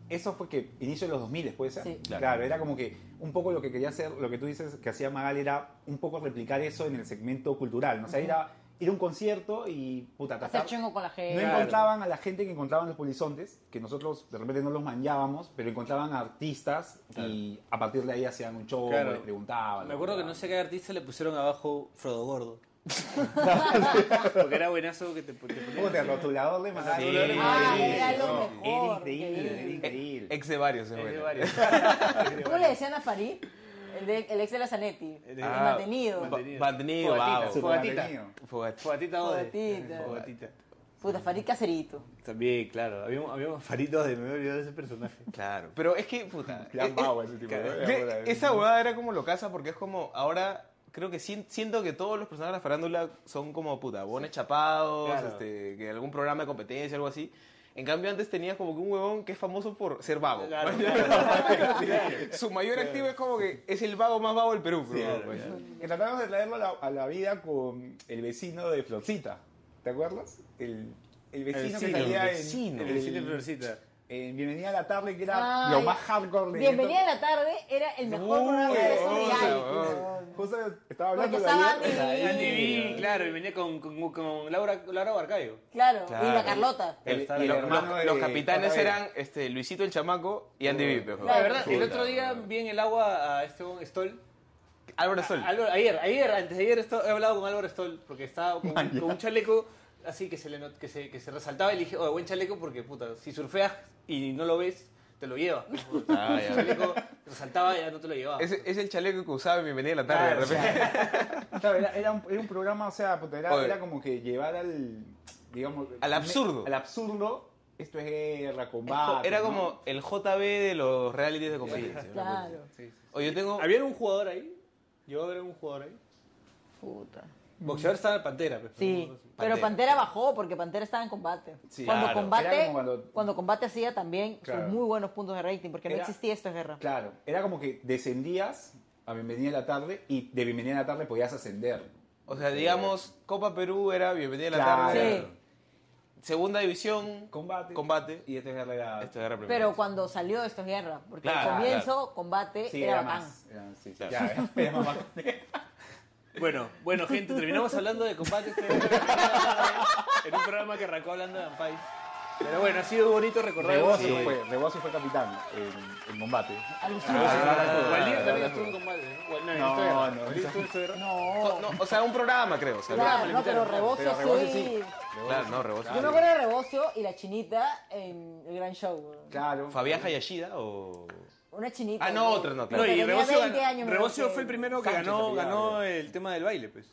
Speaker 5: Eso fue que inicio de los 2000, ¿puede ser?
Speaker 4: Sí.
Speaker 5: Claro. era como que un poco lo que quería hacer, lo que tú dices que hacía Magal era un poco replicar eso en el segmento cultural, ¿no? O sea, ir a, ir a un concierto y puta,
Speaker 4: Hacer
Speaker 5: tratar-
Speaker 4: chingo con la gente.
Speaker 5: No encontraban a la gente que encontraban los polizontes, que nosotros de repente no los mandábamos, pero encontraban a artistas y a partir de ahí hacían un show,
Speaker 2: Claro.
Speaker 5: les preguntaban.
Speaker 2: Me acuerdo que no
Speaker 5: sé
Speaker 2: sé qué artista le pusieron abajo Frodo [LAUGHS] Gordo. Porque era buenazo que te, te ponían
Speaker 5: Puta, el
Speaker 2: así.
Speaker 5: rotulador de Magal.
Speaker 2: Sí. Ah,
Speaker 4: era lo
Speaker 5: No,
Speaker 4: mejor,
Speaker 5: Era increíble, era
Speaker 4: increíble.
Speaker 5: increíble.
Speaker 3: Ex de varios, es
Speaker 2: Es de
Speaker 3: bueno.
Speaker 2: varios. [LAUGHS]
Speaker 4: ¿Cómo le decían a Farid? El, de- el ex de la Zanetti. El,
Speaker 2: de- Ah,
Speaker 4: mantenido.
Speaker 3: Ba- Mantenido,
Speaker 2: Fogatita,
Speaker 3: wow.
Speaker 2: Fogatita.
Speaker 5: Supermantenido.
Speaker 3: Fogat-
Speaker 2: Fogatita Ode.
Speaker 4: Fogatita.
Speaker 2: Fogatita.
Speaker 4: Puta, Farid Caserito.
Speaker 2: También, claro. Había, un- había un farito de me he olvidado de ese personaje.
Speaker 3: Claro, pero es
Speaker 2: [LAUGHS]
Speaker 3: que, puta...
Speaker 5: Plan
Speaker 3: eh,
Speaker 5: vago
Speaker 3: eh,
Speaker 5: ese tipo,
Speaker 3: claro,
Speaker 5: ¿no?
Speaker 3: yo-
Speaker 5: Ahora,
Speaker 3: esa huevada era como lo casa porque es como ahora... Creo que sien- siento que todos los personajes de la farándula son como puta, bones chapados,
Speaker 2: Claro.
Speaker 3: este, que algún programa de competencia, algo así. En cambio, antes tenías como que un huevón que es famoso por ser vago. [LAUGHS]
Speaker 2: Claro.
Speaker 3: Su mayor activo es como que es el vago más vago del Perú. bro.
Speaker 5: Que tratamos de traerlo a la, a la vida con el vecino de Florcita. ¿Te acuerdas? El, el vecino que
Speaker 2: vecino,
Speaker 5: salía
Speaker 3: el
Speaker 5: en,
Speaker 3: vecino.
Speaker 5: en-
Speaker 2: El vecino de Florcita.
Speaker 5: en Bienvenida a la tarde, que era
Speaker 4: Ay.
Speaker 5: lo más hardcore de
Speaker 4: Bienvenida a la tarde era el mejor
Speaker 3: Uy,
Speaker 4: programa de esos
Speaker 3: o sea,
Speaker 4: reality.
Speaker 5: la... Justo estaba
Speaker 4: Porque
Speaker 5: hablando de
Speaker 4: estaba
Speaker 5: ayer.
Speaker 4: Andy
Speaker 2: En
Speaker 4: Bill.
Speaker 2: TV, claro. Y venía con, con, con Laura, Laura Barcayo.
Speaker 4: Claro, y la
Speaker 3: Claro.
Speaker 4: Carlota.
Speaker 3: El-
Speaker 5: Está
Speaker 3: y
Speaker 5: el
Speaker 3: los-
Speaker 5: hermano
Speaker 3: los-
Speaker 5: de-
Speaker 3: los capitanes
Speaker 5: Otra vez.
Speaker 3: eran este, Luisito el Chamaco y Andy Vipe. bro.
Speaker 2: La
Speaker 4: Claro.
Speaker 2: verdad, el otro día vi en el agua a este bon Stoll.
Speaker 3: Álvaro Sol.
Speaker 2: Ah, Álvaro- ayer, ayer, antes de ayer esto- he hablado con Álvaro Stoll porque estaba
Speaker 3: Ah,
Speaker 2: con, con un chaleco así que se, le not- que se, que se resaltaba y le dije, oh, buen chaleco porque puta, si surfeas y no lo ves, te lo
Speaker 3: [LAUGHS]
Speaker 2: llevas.
Speaker 3: Ah,
Speaker 2: El [LAUGHS]
Speaker 3: ya.
Speaker 2: chaleco resaltaba y ya no te lo llevaba.
Speaker 3: Es, es el chaleco que usaba en Bienvenida a la
Speaker 2: Ah,
Speaker 3: tarde, de repente.
Speaker 5: Claro, era, era un, era un programa, o sea, puta, era,
Speaker 3: Oye.
Speaker 5: era como que llevar al, digamos...
Speaker 3: Al absurdo.
Speaker 5: Al absurdo, esto es guerra,
Speaker 3: Es co-
Speaker 5: combate.
Speaker 3: Era
Speaker 5: ¿no?
Speaker 3: como el JB de los realities de competencia. una cosa así.
Speaker 4: Claro.
Speaker 3: O yo tengo.
Speaker 2: ¿Había un jugador ahí? ¿Llegó a haber un jugador ahí?
Speaker 4: Puta.
Speaker 2: Boxeador estaba en Pantera. pues, pero-
Speaker 4: Sí, pero Pantera bajó porque Pantera estaba en combate.
Speaker 5: Sí,
Speaker 4: cuando,
Speaker 5: claro. Era
Speaker 4: combate
Speaker 5: como
Speaker 4: cuando...
Speaker 5: cuando-
Speaker 4: combate hacía también
Speaker 5: Claro.
Speaker 4: sus muy buenos puntos de rating porque no
Speaker 5: Era-
Speaker 4: existía esto es guerra.
Speaker 5: Claro, era como que descendías a Bienvenida a la Tarde y de Bienvenida a la Tarde podías ascender.
Speaker 3: O sea, digamos, Copa Perú era bienvenida a la
Speaker 5: Claro.
Speaker 3: tarde.
Speaker 4: Sí,
Speaker 3: Segunda división,
Speaker 5: Combate.
Speaker 3: combate. Este
Speaker 5: Y esto es guerra era...
Speaker 3: Esto era primero.
Speaker 4: pero cuando salió esto es guerra porque
Speaker 3: Claro,
Speaker 4: al comienzo combate
Speaker 5: Sí,
Speaker 4: era
Speaker 5: era
Speaker 4: bacán.
Speaker 5: más. Era, sí, sí,
Speaker 3: Claro.
Speaker 5: [LAUGHS] ya, era más bacán.
Speaker 2: Bueno, bueno, gente, terminamos hablando de
Speaker 3: [LAUGHS]
Speaker 2: combate este- en un programa que arrancó hablando de Ampais. Pero bueno, ha sido bonito recordar.
Speaker 5: Rebozo,
Speaker 2: Sí.
Speaker 3: pues.
Speaker 5: fue, Rebozo fue capitán en, en combate.
Speaker 2: Waldir también
Speaker 5: Ah,
Speaker 2: estuvo en combate, ¿no? Wal-
Speaker 5: No,
Speaker 2: no,
Speaker 5: no,
Speaker 2: no,
Speaker 5: esa-
Speaker 4: No,
Speaker 3: Co- no, o sea, un programa, creo. o sea,
Speaker 4: claro, no, pero
Speaker 5: Pero
Speaker 4: Rebocio
Speaker 5: Rebozo
Speaker 4: sí.
Speaker 5: sí.
Speaker 3: Claro, no, rebozo.
Speaker 4: Yo me acuerdo de Rebocio y la chinita en el gran show. güey.
Speaker 5: Claro.
Speaker 3: ¿Fabián Hayashida o...?
Speaker 4: Una chinita.
Speaker 3: Ah, no,
Speaker 4: güey.
Speaker 3: otra no, claro.
Speaker 2: No, y
Speaker 4: Tenía
Speaker 2: Rebocio,
Speaker 4: 20
Speaker 2: ganó-
Speaker 4: años, me
Speaker 2: Rebocio
Speaker 4: parece.
Speaker 2: fue el primero que
Speaker 5: Sánchez,
Speaker 2: ganó,
Speaker 5: apellido,
Speaker 2: ganó
Speaker 5: creo.
Speaker 2: el tema del baile, pues.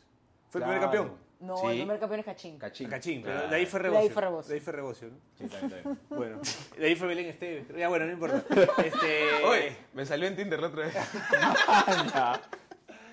Speaker 2: Fue el primer
Speaker 5: Claro.
Speaker 2: campeón.
Speaker 4: No,
Speaker 3: Sí.
Speaker 4: el primer campeón es Cachín.
Speaker 5: Cachín.
Speaker 2: Cachín, pero
Speaker 3: Claro.
Speaker 2: de ahí fue
Speaker 4: De ahí
Speaker 2: Rebocio.
Speaker 4: fue Rebocio.
Speaker 2: De ahí fue Rebocio,
Speaker 4: [LAUGHS]
Speaker 2: ¿no?
Speaker 5: Sí, también,
Speaker 2: [LAUGHS]
Speaker 5: también.
Speaker 2: Bueno, de ahí fue Belén Esteves. Ya, bueno, no importa.
Speaker 4: [LAUGHS]
Speaker 2: Este...
Speaker 3: Oye, me salió en Tinder la otra
Speaker 2: [LAUGHS]
Speaker 3: vez.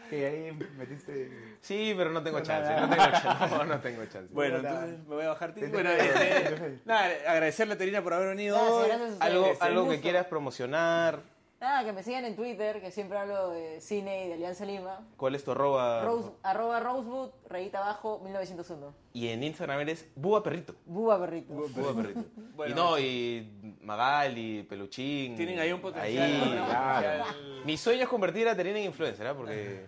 Speaker 5: Sí, ahí metiste...
Speaker 3: Sí, pero no tengo chance, no tengo chance. No, no tengo chance.
Speaker 2: Bueno,
Speaker 5: Hola.
Speaker 2: entonces me voy a bajar. Titi.
Speaker 5: Te-
Speaker 2: Bueno,
Speaker 5: te-
Speaker 2: este,
Speaker 5: te-
Speaker 2: nada, agradecerle a Terina por haber venido.
Speaker 4: Gracias,
Speaker 2: hoy.
Speaker 4: gracias a ustedes.
Speaker 3: Algo,
Speaker 4: Este,
Speaker 3: algo
Speaker 4: un
Speaker 3: que
Speaker 4: gusto.
Speaker 3: quieras promocionar,
Speaker 4: Nada, Ah, que me sigan en Twitter, que siempre hablo de cine y de Alianza Lima.
Speaker 3: ¿cuál es tu arroba?
Speaker 4: Rose- arroba Rosewood, rayita abajo, 1901.
Speaker 3: Y en Instagram eres Búa Perrito.
Speaker 4: Buba perrito.
Speaker 3: Búa
Speaker 2: [LAUGHS]
Speaker 3: Perrito.
Speaker 2: Bueno.
Speaker 3: y no, y Magali, Peluchín.
Speaker 2: Tienen ahí un potencial.
Speaker 3: ahí.
Speaker 2: ¿no?
Speaker 5: claro.
Speaker 2: Potencial.
Speaker 3: Mi sueño es convertir a Terina en influencer, ¿ah?
Speaker 2: [LAUGHS]
Speaker 3: Porque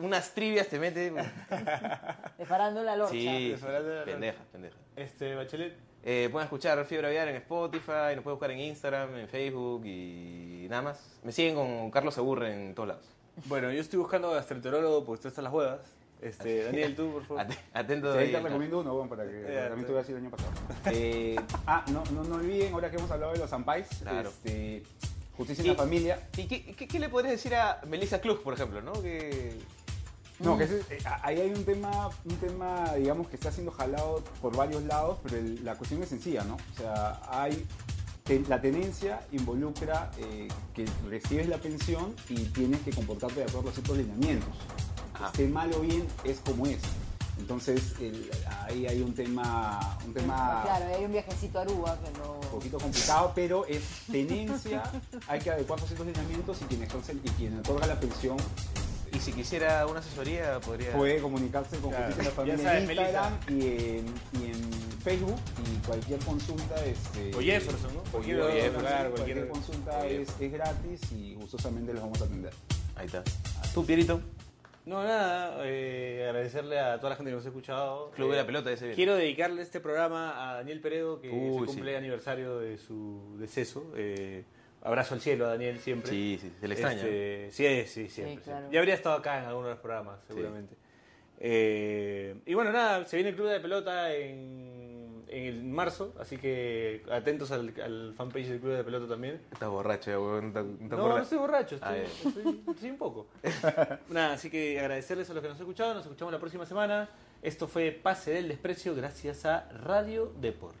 Speaker 3: unas trivias te mete.
Speaker 4: De farándula lorcha.
Speaker 3: Sí, sí,
Speaker 2: Desagradable, ¿no?
Speaker 3: pendeja, pendeja.
Speaker 2: Este, Bachelet.
Speaker 3: Eh, pueden escuchar Fiebre Aviar en Spotify, nos pueden buscar en Instagram, en Facebook y nada más. Me siguen con Carlos Aburre en todos lados.
Speaker 2: Bueno, yo estoy buscando gastroenterólogo porque tú estás las huevas. Este, Daniel, tú, por favor.
Speaker 3: At- Atento
Speaker 5: Sí,
Speaker 3: de
Speaker 5: ahí te recomiendo uno, bueno, para que
Speaker 2: Ya,
Speaker 5: también
Speaker 2: te-
Speaker 5: tú veas el año pasado. Eh, ah, no, no, no olviden, ahora que hemos hablado de los Zampais,
Speaker 3: Claro.
Speaker 5: este, Justicia
Speaker 3: Y-
Speaker 5: en la Familia.
Speaker 3: ¿Y qué, qué- qué le podrías decir a Melissa Cluj, por ejemplo, no? Que...
Speaker 5: No, que ese- eh, ahí hay un tema, un tema, digamos, que está siendo jalado por varios lados, pero el- la cuestión es sencilla, ¿no? O sea, hay, te- la tenencia involucra eh, que recibes la pensión y tienes que comportarte de acuerdo a ciertos lineamientos.
Speaker 3: Ajá.
Speaker 5: Esté mal o bien, es como es. Entonces, el- ahí hay un tema, un tema
Speaker 4: Ah, Claro, hay un viajecito a Aruba que
Speaker 5: un
Speaker 4: no.
Speaker 5: poquito complicado, pero es tenencia, hay que adecuar a ciertos lineamientos y quien, ejerce- y quien otorga la pensión
Speaker 3: Y si quisiera una asesoría, podría...
Speaker 5: Puede comunicarse con
Speaker 2: Claro.
Speaker 5: Justicia en la Familia
Speaker 2: Ya sabes,
Speaker 5: en Instagram y en, y en Facebook y cualquier consulta este,
Speaker 2: O Jefferson, ¿no?
Speaker 5: o
Speaker 2: Cualquier-
Speaker 5: Jefferson,
Speaker 2: claro,
Speaker 5: cualquier,
Speaker 2: cualquier-
Speaker 5: consulta es, es gratis y gustosamente los vamos a atender.
Speaker 3: Ahí está. ¿Tú, Pierito?
Speaker 2: No, nada, eh, agradecerle a toda la gente que nos ha escuchado. Eh,
Speaker 3: Club de la pelota ese bien.
Speaker 2: Quiero dedicarle este programa a Daniel Peredo, que
Speaker 3: Uy,
Speaker 2: se cumple
Speaker 3: sí.
Speaker 2: aniversario de su deceso. Eh, abrazo al cielo a Daniel siempre.
Speaker 3: Sí, sí, se le extraña.
Speaker 2: Este, sí, sí, siempre.
Speaker 4: Sí, claro.
Speaker 2: siempre. Ya habría estado acá en alguno de los programas, seguramente. Eh, y bueno, nada, se viene el Club de la Pelota en, en el marzo, así que atentos al, al fanpage del Club de la Pelota también.
Speaker 3: Estás borracho, ya, huevón. No, te- no te
Speaker 2: No, no
Speaker 3: acuerdas.
Speaker 2: estoy borracho,
Speaker 3: Ah,
Speaker 2: estoy, estoy- sí, un poco. Nada, así que agradecerles a los que nos han escuchado, nos escuchamos la próxima semana. Esto fue Pase del Desprecio gracias a Radio Deport.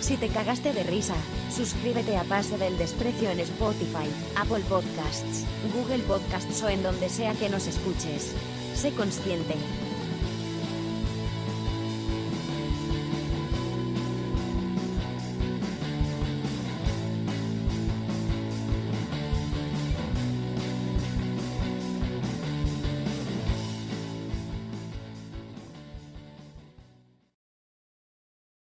Speaker 1: Si te cagaste de risa, suscríbete a Pase del Desprecio en Spotify, Apple Podcasts, Google Podcasts o en donde sea que nos escuches. Sé consciente.